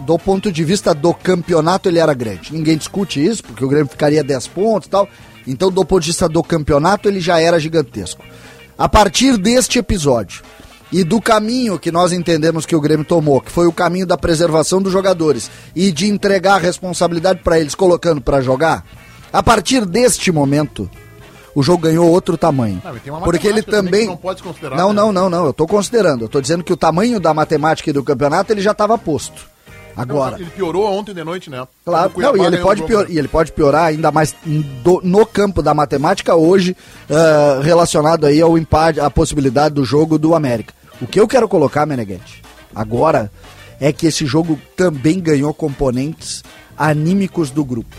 Speaker 6: Do ponto de vista do campeonato, ele era grande. Ninguém discute isso, porque o Grêmio ficaria 10 pontos e tal. Então, do ponto de vista do campeonato, ele já era gigantesco. A partir deste episódio e do caminho que nós entendemos que o Grêmio tomou, que foi o caminho da preservação dos jogadores e de entregar a responsabilidade para eles, colocando para jogar, a partir deste momento, o jogo ganhou outro tamanho.
Speaker 2: Ah, mas tem uma
Speaker 6: porque ele
Speaker 2: matemática também
Speaker 6: também.
Speaker 2: que não pode considerar,
Speaker 6: Não,
Speaker 2: né?
Speaker 6: não, não, não. Eu tô considerando. Eu tô dizendo que o tamanho da matemática e do campeonato ele já estava posto. Agora.
Speaker 2: Ele piorou ontem de noite, né?
Speaker 6: Claro,
Speaker 2: Quando o
Speaker 6: não, e
Speaker 2: Cuiabá
Speaker 6: ele,
Speaker 2: ganhou
Speaker 6: pode
Speaker 2: o
Speaker 6: pior,
Speaker 2: um jogo. né?
Speaker 6: e ele pode piorar ainda mais em do- no campo da matemática hoje, ah, relacionado aí ao empate, à possibilidade do jogo do América. O que eu quero colocar, Meneghetti, agora é que esse jogo também ganhou componentes anímicos do grupo.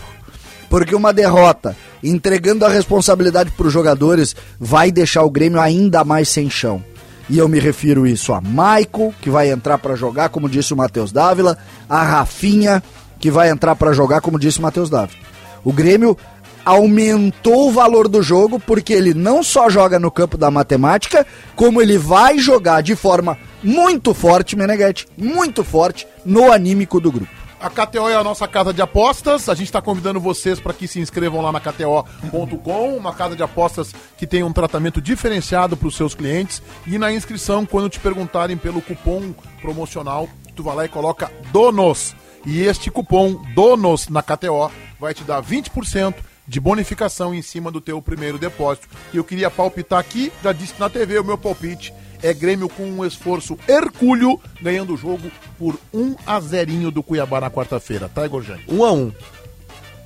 Speaker 6: Porque uma derrota, entregando a responsabilidade para os jogadores, vai deixar o Grêmio ainda mais sem chão. E eu me refiro isso a Maico, que vai entrar pra jogar, como disse o Matheus Dávila, a Rafinha, que vai entrar pra jogar, como disse o Matheus Dávila. O Grêmio aumentou o valor do jogo porque ele não só joga no campo da matemática, como ele vai jogar de forma muito forte, Meneghetti, muito forte no anímico do grupo.
Speaker 2: A KTO é a nossa casa de apostas. A gente está convidando vocês para que se inscrevam lá na KTO.com, uma casa de apostas que tem um tratamento diferenciado para os seus clientes. E na inscrição, quando te perguntarem pelo cupom promocional, tu vai lá e coloca DONOS. E este cupom DONOS na KTO vai te dar 20% de bonificação em cima do teu primeiro depósito. E eu queria palpitar aqui, já disse na TV, o meu palpite é Grêmio com um esforço hercúleo, ganhando o jogo por 1 a 0 do Cuiabá na quarta-feira. Tá, Igor Jane?
Speaker 3: 1 a 1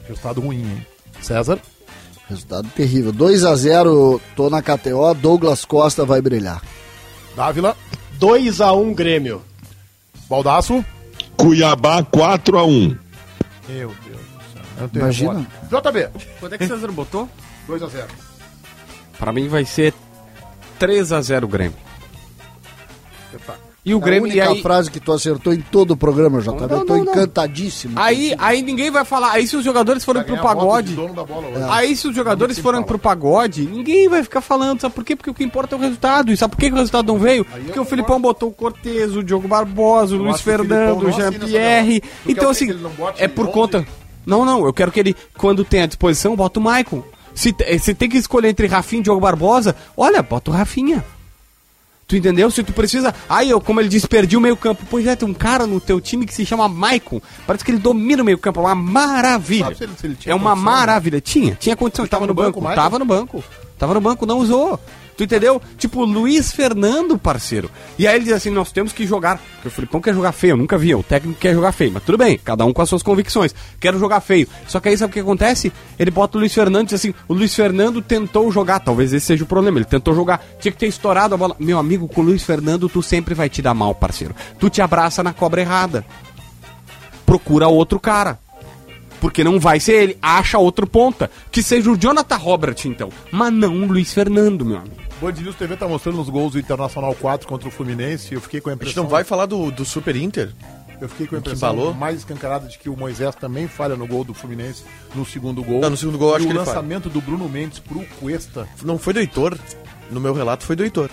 Speaker 2: Resultado ruim, hein? César?
Speaker 6: Resultado terrível. 2 a 0 tô na KTO, Douglas Costa vai brilhar.
Speaker 2: Dávila?
Speaker 5: 2x1 Grêmio.
Speaker 2: Baldaço?
Speaker 7: Cuiabá 4 a 1.
Speaker 2: Meu Deus do céu.
Speaker 6: Imagina.
Speaker 2: JB,
Speaker 4: Quanto é que o César botou?
Speaker 2: 2x0.
Speaker 4: Pra mim vai ser 3x0 Grêmio. E o
Speaker 6: É
Speaker 4: Grêmio.
Speaker 6: a
Speaker 4: E
Speaker 6: única
Speaker 4: aí,
Speaker 6: frase que tu acertou em todo o programa, JB.
Speaker 4: Não,
Speaker 6: eu tô
Speaker 4: não, não.
Speaker 6: encantadíssimo.
Speaker 4: aí, aí ninguém vai falar. Aí se os jogadores forem pro pagode.
Speaker 2: É.
Speaker 4: Aí se os jogadores forem pro pagode, ninguém vai ficar falando, sabe por quê? Porque o que importa é o resultado. E sabe por que que o resultado não veio? Porque o Filipão botou o Cortez, o Diogo Barbosa, o Luiz
Speaker 2: acho que o Filipão
Speaker 4: Fernando, o
Speaker 2: não assina
Speaker 4: Jean-Pierre.
Speaker 2: essa tabela. Tu
Speaker 4: Então
Speaker 2: quer o quê?
Speaker 4: assim,
Speaker 2: Que ele não bote
Speaker 4: é por
Speaker 2: 11?
Speaker 4: conta... Não, não, eu quero que ele, quando tem à disposição, bota o Maicon. Se, te- eh, se tem que escolher entre Rafinha e Diogo Barbosa, olha, bota o Rafinha. Tu entendeu? Se tu precisa. Aí, eu, como ele disse, perdi o meio-campo. Pois é, tem um cara no teu time que se chama Maicon. Parece que ele domina o meio-campo. É uma maravilha.
Speaker 2: Sabe se ele- se ele tinha
Speaker 4: é uma
Speaker 2: condição, né?
Speaker 4: maravilha. Tinha, tinha condição. Tava, no banco.
Speaker 2: Maicon?
Speaker 4: tava no banco. Tava no banco, não usou. Tu entendeu? Tipo, Luiz Fernando, parceiro. E aí ele diz assim: nós temos que jogar. Porque o Filipão quer jogar feio, eu nunca vi. O técnico quer jogar feio. Mas tudo bem, cada um com as suas convicções. Quero jogar feio. Só que aí sabe o que acontece? Ele bota o Luiz Fernando e diz assim: o Luiz Fernando tentou jogar. Talvez esse seja o problema. Ele tentou jogar, tinha que ter estourado a bola. Meu amigo, com o Luiz Fernando, tu sempre vai te dar mal, parceiro. Tu te abraça na cobra errada. Procura outro cara. Porque não vai ser ele. Acha outro ponta. Que seja o Jonathan Robert, então. Mas não o Luiz Fernando, meu amigo.
Speaker 2: Band News TV tá mostrando os gols do Internacional 4 contra o Fluminense. Eu fiquei com a
Speaker 3: A gente
Speaker 2: impressão.
Speaker 3: não vai falar do, do Super Inter?
Speaker 2: Eu fiquei com a
Speaker 3: Que
Speaker 2: impressão
Speaker 3: balou.
Speaker 2: mais escancarada de que o Moisés também falha no gol do Fluminense no segundo gol.
Speaker 3: Não, no segundo gol eu
Speaker 2: e
Speaker 3: acho
Speaker 2: o
Speaker 3: que ele falha.
Speaker 2: lançamento do Bruno Mendes pro Cuesta.
Speaker 3: Não foi do Heitor. No meu relato foi do Heitor.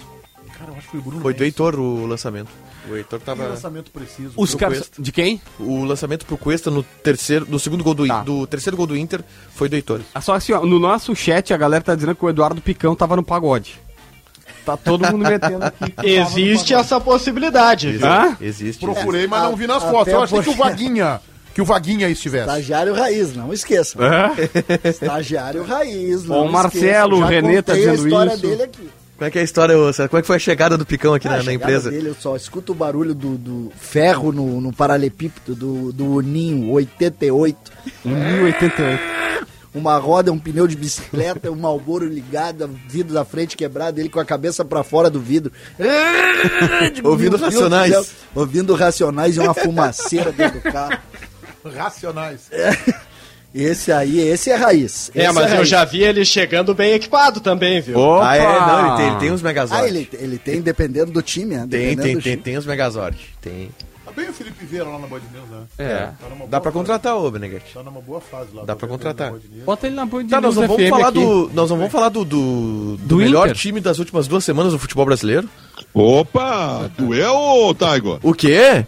Speaker 2: Cara, eu acho que foi o Bruno
Speaker 3: Foi do
Speaker 2: Mendes.
Speaker 3: Heitor o lançamento. O Heitor
Speaker 2: Que
Speaker 3: tava.
Speaker 2: lançamento preciso.
Speaker 4: Os
Speaker 2: Pro
Speaker 4: caras.
Speaker 2: Cuesta.
Speaker 4: De quem?
Speaker 3: O lançamento pro Cuesta no terceiro. No segundo gol do,
Speaker 4: Tá.
Speaker 3: do terceiro gol do Inter foi do Heitor.
Speaker 4: Ah, Só assim, ó, no nosso chat a galera tá dizendo que o Eduardo Picão tava no pagode. Tá todo mundo metendo aqui.
Speaker 5: Existe essa possibilidade. viu?
Speaker 3: Ah,
Speaker 6: Ah?
Speaker 4: Hã?
Speaker 3: Existe.
Speaker 2: Procurei, mas não vi nas
Speaker 6: A-
Speaker 2: fotos. Eu
Speaker 6: até
Speaker 2: achei que o
Speaker 6: porque-
Speaker 2: Vaguinha, que o Vaguinha estivesse.
Speaker 6: Estagiário raiz, não esqueça. Estagiário raiz, não
Speaker 4: Ó, o É? Marcelo,
Speaker 6: esqueça.
Speaker 4: o
Speaker 6: Já
Speaker 4: Renê tá
Speaker 6: contei a
Speaker 4: dizendo
Speaker 6: história
Speaker 4: isso.
Speaker 6: dele aqui.
Speaker 3: Como é que é a história, ô, Sérgio? Como é que foi a chegada do Picão aqui
Speaker 6: Ah,
Speaker 3: na,
Speaker 6: a
Speaker 3: na
Speaker 6: chegada
Speaker 3: empresa?
Speaker 6: Dele, eu só escuto o barulho do, do ferro no, no paralelepípedo do, do Ninho 88.
Speaker 4: 1088.
Speaker 6: Uma roda, um pneu de bicicleta, um malboro ligado, vidro da frente quebrado, ele com a cabeça pra fora do vidro. Digo,
Speaker 3: Ah, Ouvindo
Speaker 6: "Meu Deus
Speaker 3: Racionais."
Speaker 6: do céu. Ouvindo Racionais e uma fumaceira dentro do carro. Tá,
Speaker 2: Racionais.
Speaker 6: Esse aí, esse é raiz.
Speaker 5: É,
Speaker 6: Esse
Speaker 5: mas eu
Speaker 6: raiz.
Speaker 5: já vi ele chegando bem equipado também, viu?
Speaker 4: Opa!
Speaker 3: Ah, é, não, ele tem, ele tem uns Megazord.
Speaker 6: Ah, ele, ele tem, dependendo do time, né?
Speaker 3: Tem,
Speaker 6: Dependendo
Speaker 3: tem,
Speaker 6: do
Speaker 3: tem,
Speaker 6: time.
Speaker 3: tem os Megazord. Tem.
Speaker 2: Tá bem o Felipe Vieira lá na Band News, né?
Speaker 4: É.
Speaker 2: Tá numa
Speaker 3: Dá
Speaker 2: boa
Speaker 3: pra
Speaker 2: fase.
Speaker 3: contratar o Beneguete.
Speaker 2: Tá numa boa fase lá.
Speaker 3: Dá
Speaker 2: Tô
Speaker 3: pra
Speaker 2: vendo
Speaker 3: contratar.
Speaker 2: na Band News.
Speaker 4: Bota ele na boa de
Speaker 3: Tá, nós não vamos falar do. Nós não vamos falar do, do, do melhor
Speaker 4: Inter?
Speaker 3: time das últimas duas semanas do futebol brasileiro.
Speaker 7: Opa, tu é o Taigo?
Speaker 3: O quê?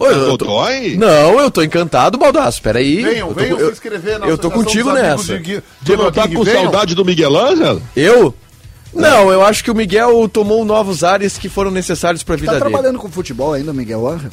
Speaker 3: Ô, eu tô-
Speaker 7: Dodói?
Speaker 3: Não, eu tô encantado, Baldaço. Peraí.
Speaker 2: Venham,
Speaker 3: eu tô,
Speaker 2: venham
Speaker 3: eu,
Speaker 2: se inscrever na
Speaker 3: Eu tô
Speaker 2: Associação
Speaker 3: contigo
Speaker 2: dos Amigos
Speaker 3: nessa.
Speaker 2: de Gui-
Speaker 7: Tu
Speaker 2: Bruno
Speaker 7: não tá
Speaker 2: King,
Speaker 7: com
Speaker 2: venham.
Speaker 7: saudade do Miguel Ângelo?
Speaker 3: Eu? Não, eu acho que o Miguel tomou novos ares que foram necessários pra vida
Speaker 6: Tá
Speaker 3: dele.
Speaker 6: trabalhando com futebol ainda, Miguel Angel?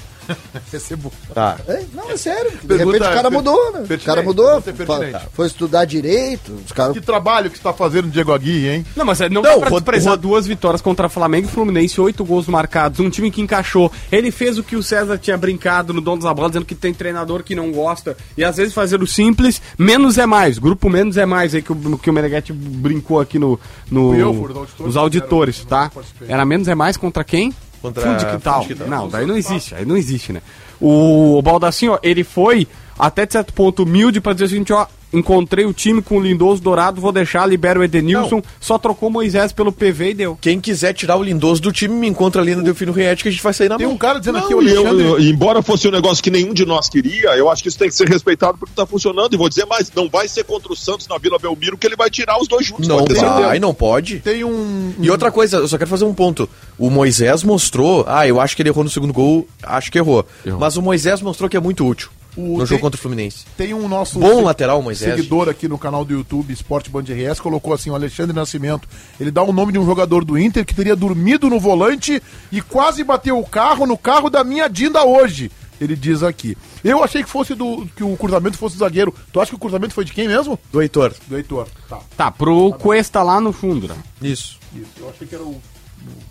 Speaker 2: Recebo-
Speaker 3: Tá.
Speaker 6: É? Não, é sério. De
Speaker 2: Pergunta
Speaker 6: repente o cara
Speaker 2: per-
Speaker 6: mudou, né? O
Speaker 2: pertinente,
Speaker 6: cara mudou,
Speaker 2: pergunta é
Speaker 6: fa-
Speaker 2: pertinente.
Speaker 6: foi estudar direito, os caras...
Speaker 2: Que trabalho que você tá fazendo, Diego Agui, hein?
Speaker 4: Não, mas é, não, dá
Speaker 3: Não,
Speaker 4: pra
Speaker 3: Rod-
Speaker 4: desprezar
Speaker 3: Rod-
Speaker 4: duas vitórias contra Flamengo e Fluminense, oito gols marcados, um time que encaixou. Ele fez o que o César tinha brincado no dono da bola, dizendo que tem treinador que não gosta. E às vezes fazer o simples, menos é mais. Grupo menos é mais aí que o, que o Meneghetti brincou aqui no, no
Speaker 2: Fui eu, fui os auditores,
Speaker 4: os auditores,
Speaker 2: não
Speaker 4: tá?
Speaker 2: participei.
Speaker 4: Era menos é mais contra quem?
Speaker 3: Contra
Speaker 4: Fundo que tal?
Speaker 3: Fundo de Quintal.
Speaker 4: Não, daí não existe, aí não existe, né? O, o Baldacinho, ó, ele foi até de certo ponto humilde pra dizer o seguinte, ó, encontrei o time com o Lindoso Dourado, vou deixar, libera o Edenilson, só trocou o Moisés pelo PV e deu.
Speaker 3: Quem quiser tirar o lindoso do time, me encontra ali no Delfino Riete que a gente vai sair na
Speaker 2: Tem
Speaker 3: mão.
Speaker 2: um cara dizendo
Speaker 3: é
Speaker 2: aqui, o
Speaker 7: Não, e eu-
Speaker 2: Alexandre...
Speaker 7: eu- embora fosse um negócio que nenhum de nós queria, eu acho que isso tem que ser respeitado porque tá funcionando. E vou dizer mais, não vai ser contra o Santos na Vila Belmiro que ele vai tirar os dois juntos.
Speaker 3: Não
Speaker 7: pode ter certeza.
Speaker 3: vai, não pode.
Speaker 2: Tem um...
Speaker 3: E outra coisa, eu só quero fazer um ponto. O Moisés mostrou. Ah, eu acho que ele errou no segundo gol, acho que errou. Mas o Moisés mostrou que é muito útil
Speaker 2: O
Speaker 3: no
Speaker 2: te-
Speaker 3: jogo contra o Fluminense.
Speaker 2: Tem um nosso
Speaker 3: Bom
Speaker 2: se-
Speaker 3: lateral, Moisés.
Speaker 2: seguidor aqui no canal do YouTube, Esporte Band RS, colocou assim, o Alexandre Nascimento. Ele dá o nome de um jogador do Inter que teria dormido no volante e quase bateu o carro no carro da minha Dinda hoje. Ele diz aqui. Eu achei que fosse do que o cruzamento fosse do zagueiro. Tu acha que o cruzamento foi de quem mesmo?
Speaker 3: Do Heitor.
Speaker 2: Do Heitor. Tá.
Speaker 4: Tá, pro Cuesta lá no fundo, né?
Speaker 3: Isso.
Speaker 2: Isso. Eu achei que era o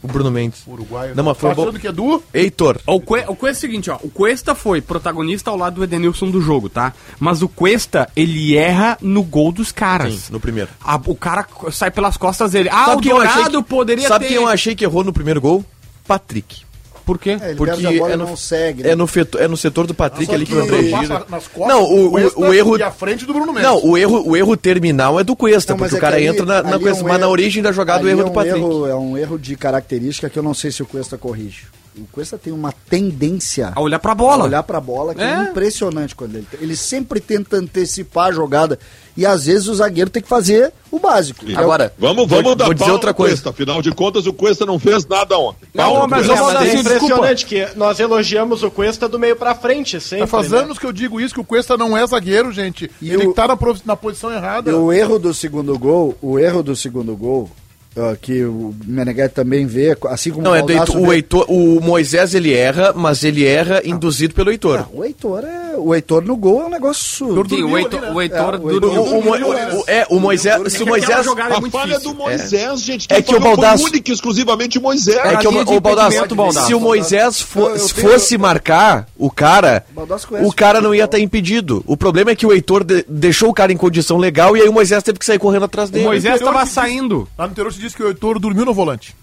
Speaker 3: O Bruno Mendes.
Speaker 2: uruguaio.
Speaker 3: Não, mas foi
Speaker 2: tá
Speaker 3: bom.
Speaker 2: achando que é do
Speaker 3: Heitor.
Speaker 4: O, Que- o Cuesta é o seguinte, ó. O Cuesta foi protagonista ao lado do Edenilson do jogo, tá? Mas o Cuesta, ele erra no gol dos caras.
Speaker 3: Sim, no primeiro.
Speaker 4: A- o cara c- sai pelas costas dele. Ah,
Speaker 3: Sabe
Speaker 4: o
Speaker 3: quem eu achei
Speaker 4: Dourado
Speaker 3: que-
Speaker 4: poderia
Speaker 3: Sabe
Speaker 4: ter...
Speaker 3: quem eu achei que errou no primeiro gol? Patrick.
Speaker 4: Por quê?
Speaker 6: É, ele
Speaker 3: Porque
Speaker 6: perde a bola
Speaker 3: é
Speaker 6: e
Speaker 3: no-
Speaker 6: não segue. né?
Speaker 3: É no, feto- é no setor do Patrick ali que
Speaker 2: Só
Speaker 3: foi protegido.
Speaker 2: passa nas costas
Speaker 3: Não, o,
Speaker 2: do Cuesta
Speaker 3: o, o erro.
Speaker 2: E à frente do Bruno
Speaker 4: é
Speaker 2: Mendes.
Speaker 3: Não, o erro, o erro terminal é do Cuesta,
Speaker 6: Não, mas
Speaker 3: porque
Speaker 6: é
Speaker 3: o cara
Speaker 6: que ali-
Speaker 3: entra na, na
Speaker 6: ali é
Speaker 3: Cuesta,
Speaker 6: um
Speaker 3: mas na
Speaker 6: erro-
Speaker 3: origem da jogada o
Speaker 6: ali
Speaker 3: erro
Speaker 6: é um
Speaker 3: do Patrick.
Speaker 6: erro- é um erro de característica que eu não sei se o Cuesta corrige. O Cuesta tem uma tendência
Speaker 4: A olhar pra bola.
Speaker 6: a olhar pra bola que é.
Speaker 4: É.
Speaker 6: impressionante quando ele ele sempre tenta antecipar a jogada e às vezes o zagueiro tem que fazer o básico. que é o-
Speaker 3: Agora,
Speaker 7: Vamos,
Speaker 3: vou-
Speaker 7: vamos dar
Speaker 3: vou dizer
Speaker 7: pau
Speaker 3: outra
Speaker 7: no
Speaker 3: coisa.
Speaker 7: Cuesta. Afinal de contas, o Cuesta não fez nada ontem.
Speaker 3: Ah,
Speaker 7: Pau
Speaker 4: Não,
Speaker 7: no
Speaker 4: mas
Speaker 7: Cuesta.
Speaker 4: eu vou dar
Speaker 5: é
Speaker 4: assim, desculpa.
Speaker 5: impressionante que nós elogiamos o Cuesta do meio pra frente, sempre.
Speaker 3: Tá
Speaker 2: É, faz
Speaker 5: né?
Speaker 2: anos que eu digo isso, que o Cuesta não é zagueiro, gente.
Speaker 6: E
Speaker 2: ele
Speaker 6: o-
Speaker 2: tá na, prof- na posição errada.
Speaker 6: E o erro do segundo gol, o erro do segundo gol, ah, que o Meneghetti também vê, assim como
Speaker 3: Não, é do
Speaker 6: Baldasso
Speaker 3: Heitor, o,
Speaker 6: vê-
Speaker 3: Heitor- o Moisés ele erra, mas ele erra induzido pelo Heitor.
Speaker 6: Ah, o Heitor é, o Heitor no gol é um negócio
Speaker 4: Sim, o Heitor, o Heitor
Speaker 6: É, o
Speaker 4: dormiu.
Speaker 3: O,
Speaker 6: Heitor-
Speaker 3: o Mo- o- o- é, o Moisés. Se o Moisés.
Speaker 4: jogada é
Speaker 7: A
Speaker 4: muito
Speaker 7: falha
Speaker 4: difícil.
Speaker 7: do Moisés, gente.
Speaker 3: É
Speaker 7: quem
Speaker 3: que o
Speaker 7: falhou foi
Speaker 3: Baldassi-
Speaker 7: único e exclusivamente o Moisés.
Speaker 3: É que
Speaker 4: linha de
Speaker 3: o, o Baldassi,
Speaker 4: impedimento, Baldassi.
Speaker 3: se o Moisés fo-
Speaker 6: Eu- eu tenho-
Speaker 3: fosse marcar o cara,
Speaker 6: Baldassi conhece
Speaker 3: o cara não ia estar impedido. O problema é que o Heitor de- deixou o cara em condição legal e aí o Moisés teve que sair correndo atrás
Speaker 4: O
Speaker 3: dele.
Speaker 4: Moisés
Speaker 2: Anterior
Speaker 4: tava
Speaker 2: se diz-
Speaker 4: saindo.
Speaker 2: Lá no interior se diz que o Heitor dormiu no volante.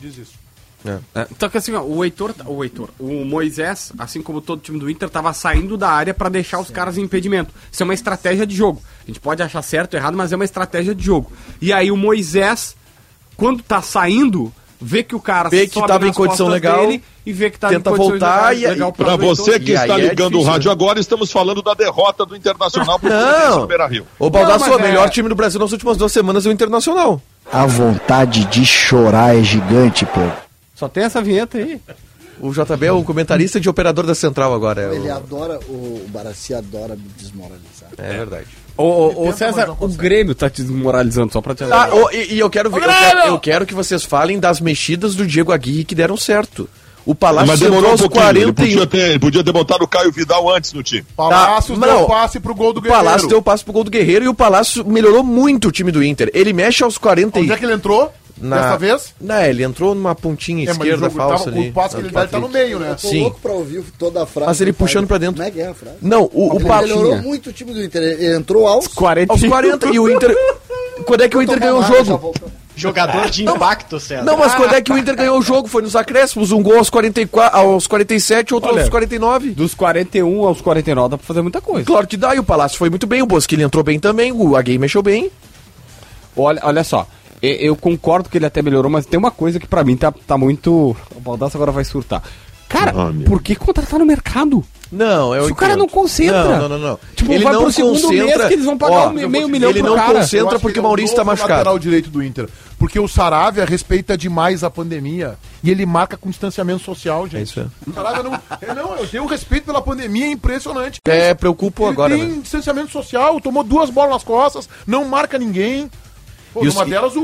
Speaker 2: Diz isso.
Speaker 4: Então, que assim, ó, o Heitor, o Heitor, o Moisés, assim como todo time do Inter, tava saindo da área pra deixar os caras em impedimento. Isso é uma estratégia de jogo. A gente pode achar certo ou errado, mas é uma estratégia de jogo. E aí o Moisés, quando tá saindo, vê que o cara
Speaker 3: Vê que tava em condição
Speaker 4: costas
Speaker 3: legal,
Speaker 4: e vê que tava
Speaker 3: tenta
Speaker 4: condições
Speaker 3: voltar
Speaker 4: legais-
Speaker 3: e aí-
Speaker 4: legal
Speaker 7: Para
Speaker 4: pro Heitor.
Speaker 7: você que
Speaker 3: E
Speaker 7: está
Speaker 3: aí é
Speaker 7: ligando o
Speaker 3: difícil, Ah,
Speaker 7: rádio agora, estamos falando da derrota do Internacional para
Speaker 3: Não.
Speaker 7: Beira Rio.
Speaker 3: O Baldasso,
Speaker 4: Não, mas
Speaker 3: o melhor
Speaker 4: é-
Speaker 3: time do Brasil nas últimas duas semanas é o Internacional.
Speaker 6: A vontade de chorar é gigante, pô.
Speaker 4: Só tem essa vinheta aí.
Speaker 3: O JB é o comentarista de operador da Central agora. É, o-
Speaker 6: Ele adora, o Barassi adora me desmoralizar.
Speaker 3: é verdade.
Speaker 4: Ô, ô, ô César, o Grêmio tá te desmoralizando, só pra te
Speaker 3: Tá, ô, e, e eu quero ver, eu quero, eu quero que vocês falem das mexidas do Diego Aguirre que deram certo. O Palácio
Speaker 7: Mas demorou um
Speaker 3: aos
Speaker 7: pouquinho. Ele
Speaker 3: 41.
Speaker 7: podia, ter, ele podia ter botado o Caio Vidal antes no time.
Speaker 2: Palácio
Speaker 3: Tá,
Speaker 2: deu
Speaker 3: não.
Speaker 2: passe pro gol do
Speaker 3: O Palácio deu o passo pro gol do Guerreiro e o Palácio melhorou muito o time do Inter. Ele mexe aos 40
Speaker 2: Onde é que ele entrou? Dessa vez?
Speaker 3: Não, Né, ele entrou numa pontinha
Speaker 2: É, mas o
Speaker 3: esquerda
Speaker 2: jogo
Speaker 3: falsa
Speaker 2: tava-
Speaker 3: ali.
Speaker 2: O passe que
Speaker 3: do
Speaker 2: ele dá ele tá no
Speaker 3: Patrick.
Speaker 2: meio, né?
Speaker 6: Eu tô
Speaker 3: É, Sim.
Speaker 6: louco pra ouvir toda a frase.
Speaker 3: Mas ele
Speaker 6: que fala.
Speaker 3: puxando pra dentro.
Speaker 6: Como é que é a frase?
Speaker 3: Não, o, o
Speaker 6: Ele
Speaker 3: Palácio-
Speaker 6: melhorou muito o time do Inter. Ele entrou aos...
Speaker 4: 40
Speaker 3: aos 40 e o Inter... Quando é que o Inter ganhou o
Speaker 6: Tomara, já
Speaker 3: jogo?
Speaker 6: voltou.
Speaker 5: Jogador de impacto, César.
Speaker 3: Não, mas quando é que o Inter ganhou o jogo? Foi nos acréscimos, um gol aos, 44, aos 47, outro aos 49.
Speaker 4: Dos 41 aos 49 dá pra fazer muita coisa.
Speaker 3: Claro que dá, e o Palácio foi muito bem, o Bosquilha entrou bem também, o Aguei mexeu bem.
Speaker 4: Olha, olha só, e- eu concordo que ele até melhorou, mas tem uma coisa que pra mim tá, tá muito. O Baldaço agora vai surtar. Cara,
Speaker 7: Ah, meu.
Speaker 4: por que contratar no mercado?
Speaker 3: Não, é
Speaker 4: Se o cara não concentra.
Speaker 3: Não, não, não. não.
Speaker 4: Tipo, vai pro segundo mês que eles vão pagar um me- meio milhão
Speaker 3: Ele
Speaker 4: pro
Speaker 3: não
Speaker 4: cara.
Speaker 2: Eu acho
Speaker 3: concentra
Speaker 2: que
Speaker 3: porque
Speaker 2: ele é
Speaker 3: o Maurício tá
Speaker 2: novo
Speaker 3: machucado.
Speaker 2: lateral direito do Inter. Porque o Saravia respeita demais a pandemia e ele marca com distanciamento social, gente.
Speaker 3: É isso aí.
Speaker 2: O Saravia não, é, não, eu tenho respeito pela pandemia, é impressionante.
Speaker 3: É, preocupou
Speaker 2: ele
Speaker 3: agora,
Speaker 2: tem
Speaker 3: né?
Speaker 2: distanciamento social, tomou duas bolas nas costas, não marca ninguém. Pô,
Speaker 3: E
Speaker 2: numa
Speaker 3: os-
Speaker 2: delas o,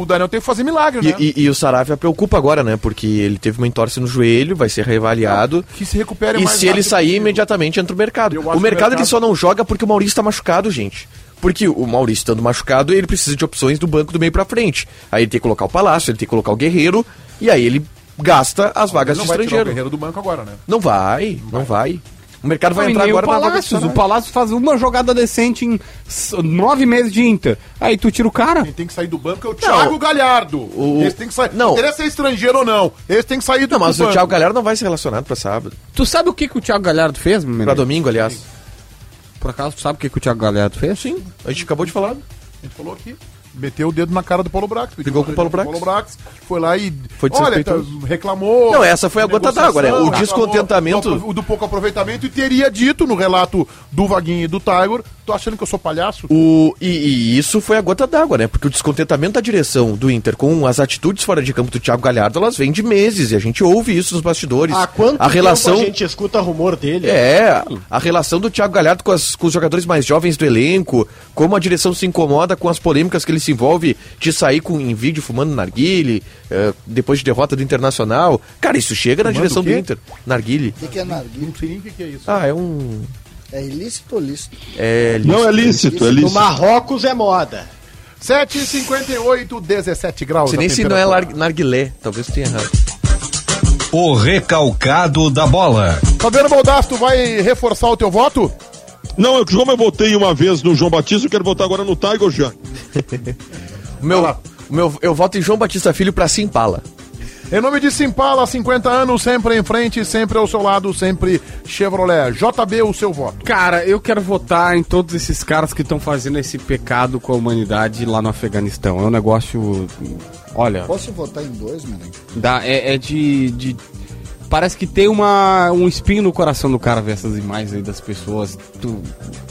Speaker 2: o Daniel teve que fazer milagre, né?
Speaker 3: E, e- e o Saravia preocupa agora, né? Porque ele teve uma entorse no joelho, vai ser reavaliado.
Speaker 2: Que se recupere
Speaker 3: E
Speaker 2: mais
Speaker 3: se ele
Speaker 2: rápido
Speaker 3: sair,
Speaker 2: possível.
Speaker 3: imediatamente entra o mercado.
Speaker 2: Eu acho
Speaker 3: O
Speaker 2: que
Speaker 3: é mercado,
Speaker 2: o
Speaker 3: ele
Speaker 2: mercado-
Speaker 3: só não joga porque o Maurício tá machucado, gente. Porque o Maurício estando machucado, ele precisa de opções do banco do meio pra frente. Aí ele tem que colocar o Palácio, ele tem que colocar o Guerreiro, e aí ele gasta as vagas
Speaker 2: Ele
Speaker 3: de
Speaker 2: não vai tirar o
Speaker 3: estrangeiro.
Speaker 2: Guerreiro do banco agora, né?
Speaker 3: Não vai, não vai. O mercado vai
Speaker 4: Não, e
Speaker 3: entrar
Speaker 4: nem
Speaker 3: agora
Speaker 4: o
Speaker 3: na vaga
Speaker 4: Palácios.
Speaker 3: de
Speaker 4: O Palácio né? faz uma jogada decente em s- nove meses de Inter. Aí tu tira o cara.
Speaker 2: Quem tem que sair do banco é o Thiago Galhardo.
Speaker 3: O-
Speaker 2: Esse tem que sair.
Speaker 3: Não.
Speaker 2: interessa ser estrangeiro ou não. Esse tem que sair do
Speaker 3: Não, mas
Speaker 2: do
Speaker 3: o
Speaker 2: banco.
Speaker 3: Thiago Galhardo não vai ser relacionado pra sábado.
Speaker 4: Tu sabe o que, que o Thiago Galhardo fez,
Speaker 3: Pra
Speaker 4: Menezes?
Speaker 3: domingo, aliás.
Speaker 4: Por acaso, tu sabe o que, que o Thiago Galhardo fez?
Speaker 3: Sim, a gente acabou de falar.
Speaker 2: A gente falou aqui. Meteu o dedo na cara do Paulo Brax. pediu
Speaker 3: Brigou com o Paulo
Speaker 2: autorização pro Paulo Brax, Foi lá e.
Speaker 3: Foi
Speaker 2: olha,
Speaker 3: desrespeitoso.
Speaker 2: tá- reclamou.
Speaker 3: Não, essa foi a gota
Speaker 2: negociação,
Speaker 3: d'água, né? O
Speaker 2: reclamou
Speaker 3: descontentamento-
Speaker 2: do- O do pouco aproveitamento e teria dito no relato do Vaguinho e do Tiger: tô achando que eu sou palhaço?
Speaker 3: O, e, e isso foi a gota d'água, né? Porque o descontentamento da direção do Inter com as atitudes fora de campo do Thiago Galhardo, elas vêm de meses e a gente ouve isso nos bastidores.
Speaker 5: Há quanto
Speaker 3: a relação
Speaker 5: tempo a gente escuta rumor dele?
Speaker 3: é a relação do Thiago Galhardo com, as- com os jogadores mais jovens do elenco, como a direção se incomoda com as polêmicas que ele se envolve de sair com em vídeo fumando narguile eh, depois de derrota do Internacional. Cara, isso chega na direção
Speaker 2: o
Speaker 3: do
Speaker 2: quê?
Speaker 3: Inter. Narguile.
Speaker 6: O que, que é narguilha?
Speaker 2: Não sei nem o que, que é isso. Tá
Speaker 3: Ah, é um
Speaker 6: É ilícito ou lícito?
Speaker 3: é
Speaker 7: Não é lícito, é
Speaker 5: No
Speaker 7: lícito.
Speaker 5: Marrocos é moda.
Speaker 2: 7h58, 17 graus.
Speaker 3: se
Speaker 2: a
Speaker 3: nem se não é
Speaker 2: temperatura.
Speaker 3: lar- narguilé, talvez tenha errado.
Speaker 1: O recalcado da bola.
Speaker 2: Fabiano Baldasso, tu vai reforçar o teu voto?
Speaker 7: Não, eu, como eu votei uma vez no João Batista, eu quero votar agora no Tiger já.
Speaker 3: O meu, o meu, eu voto em João Batista Filho pra Simpala.
Speaker 2: Em nome de Simpala, 50 anos, sempre em frente, sempre ao seu lado, sempre Chevrolet. JB, o seu voto.
Speaker 3: Cara, eu quero votar em todos esses caras que estão fazendo esse pecado com a humanidade lá no Afeganistão. É um negócio. Olha,
Speaker 6: Posso votar em dois, mano?
Speaker 3: dá, é, é de, de- Parece que tem uma, um espinho no coração do cara ver essas imagens aí das pessoas tu-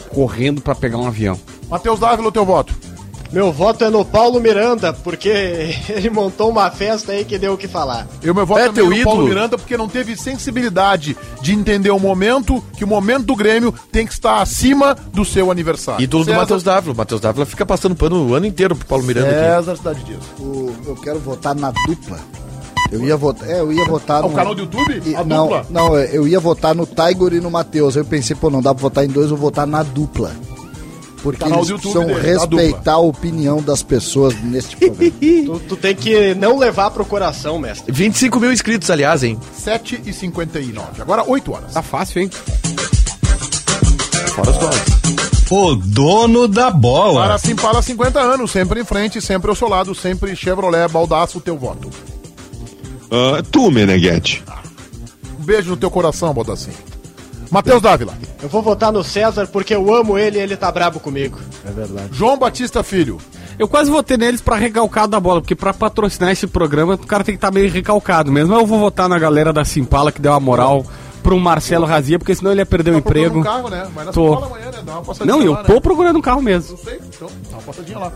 Speaker 3: correndo pra pegar um avião.
Speaker 2: Matheus Dávila, o teu voto.
Speaker 5: Meu voto é no Paulo Miranda, porque ele montou uma festa aí que deu o que falar.
Speaker 2: E o meu voto
Speaker 4: É
Speaker 2: também
Speaker 4: teu
Speaker 2: no Paulo
Speaker 4: ídolo?
Speaker 2: Miranda, porque não teve sensibilidade de entender o momento, que o momento do Grêmio tem que estar acima do seu aniversário.
Speaker 4: Ídolo do
Speaker 2: César-
Speaker 4: Matheus Dávila. O Matheus Dávila fica passando pano o ano inteiro pro Paulo Miranda aqui.
Speaker 2: César Cidade Dias.
Speaker 6: O- eu quero votar na dupla. Eu ia votar. É, eu ia votar
Speaker 2: Ah, o canal do YouTube?
Speaker 6: E-
Speaker 2: A
Speaker 6: não,
Speaker 2: dupla?
Speaker 6: não, é, eu ia votar no Tiger e no Matheus. Eu pensei, pô, não dá pra votar em dois, eu vou votar na dupla. Porque
Speaker 2: Canal
Speaker 6: eles
Speaker 2: do YouTube
Speaker 6: precisam
Speaker 2: dele, da dupla.
Speaker 6: respeitar a opinião das pessoas neste programa.
Speaker 5: Tu, tu tem que não levar pro coração, mestre.
Speaker 4: 25 mil inscritos, aliás, hein?
Speaker 2: 7h59. Agora 8 horas.
Speaker 3: Tá fácil, hein?
Speaker 4: Fora os gols.
Speaker 1: O dono da bola.
Speaker 2: Para Simpala, 50 anos, sempre em frente, sempre ao seu lado, sempre Chevrolet, baldaço, teu voto.
Speaker 7: Ah, tu, Meneghete.
Speaker 2: Um beijo no teu coração, Baldacinho. Matheus Dávila.
Speaker 5: Eu vou votar no César porque eu amo ele e ele tá brabo comigo.
Speaker 2: João Batista Filho.
Speaker 3: Eu quase votei neles pra recalcado da bola, porque pra patrocinar esse programa o cara tem que estar meio recalcado mesmo. Eu vou votar na galera da Simpala que deu a moral pro Marcelo Razia, porque senão ele ia perder o
Speaker 2: procurando
Speaker 3: emprego.
Speaker 2: Um carro, né? Mas na
Speaker 3: Tô.
Speaker 2: Simpala amanhã, né? Dá uma passadinha
Speaker 3: Não, eu
Speaker 2: lá, né?
Speaker 3: tô procurando um carro mesmo.
Speaker 2: Não sei, então dá uma passadinha lá.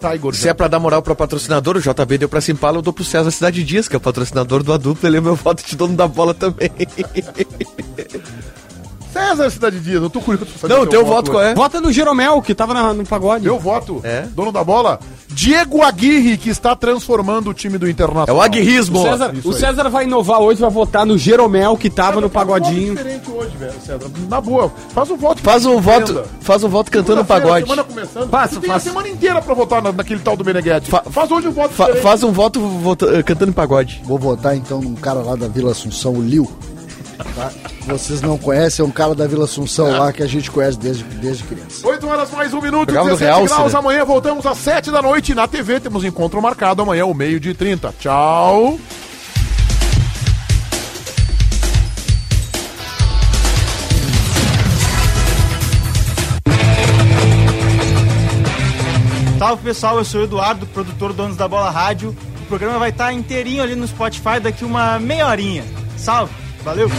Speaker 2: Tá, Igor.
Speaker 4: Se é pra dar moral pra patrocinador, o JB deu pra Simpala, eu dou pro César Cidade Dias, que é o patrocinador do adulto, ele é meu voto de dono da bola também.
Speaker 2: César Cidade Dias, eu tô curioso. pra saber
Speaker 4: Não,
Speaker 2: teu
Speaker 4: teu voto qual é?
Speaker 3: Vota no Jeromel, que tava na- no pagode.
Speaker 2: Meu voto,
Speaker 4: É?
Speaker 2: dono da bola, Diego Aguirre, que está transformando o time do Internacional.
Speaker 4: É o aguirrismo.
Speaker 3: O César,
Speaker 2: Isso
Speaker 3: o
Speaker 2: aí.
Speaker 3: César vai inovar hoje, vai votar no Jeromel, que tava no pagodinho.
Speaker 2: Faz um voto diferente hoje, velho, César. Na boa, faz um voto.
Speaker 4: Faz um voto,
Speaker 2: Entenda.
Speaker 4: faz um voto cantando um
Speaker 2: Segunda-feira,
Speaker 4: pagode.
Speaker 2: Semana começando.
Speaker 3: Faça,
Speaker 2: tu tem
Speaker 3: faça.
Speaker 2: a semana inteira pra votar na- naquele tal do Meneghetti.
Speaker 4: Fa-
Speaker 2: faz hoje um voto
Speaker 4: Fa-
Speaker 2: diferente.
Speaker 4: faz um voto vota- eh, cantando em pagode.
Speaker 6: Vou votar então num cara lá da Vila Assunção, o Liu. tá? Vocês não conhecem, é um cara da Vila Assunção
Speaker 2: É.
Speaker 6: lá que a gente conhece desde, desde criança.
Speaker 2: 8 horas mais um minuto,
Speaker 4: Jogava no
Speaker 2: 17
Speaker 4: Real,
Speaker 2: graus.
Speaker 4: Cida.
Speaker 2: Amanhã voltamos às 7 da noite. Na TV temos encontro marcado amanhã, ao meio de 30. Tchau.
Speaker 9: Salve pessoal, eu sou o Eduardo, produtor do Donos da Bola Rádio. O programa vai estar inteirinho ali no Spotify daqui uma meia horinha. Salve, valeu!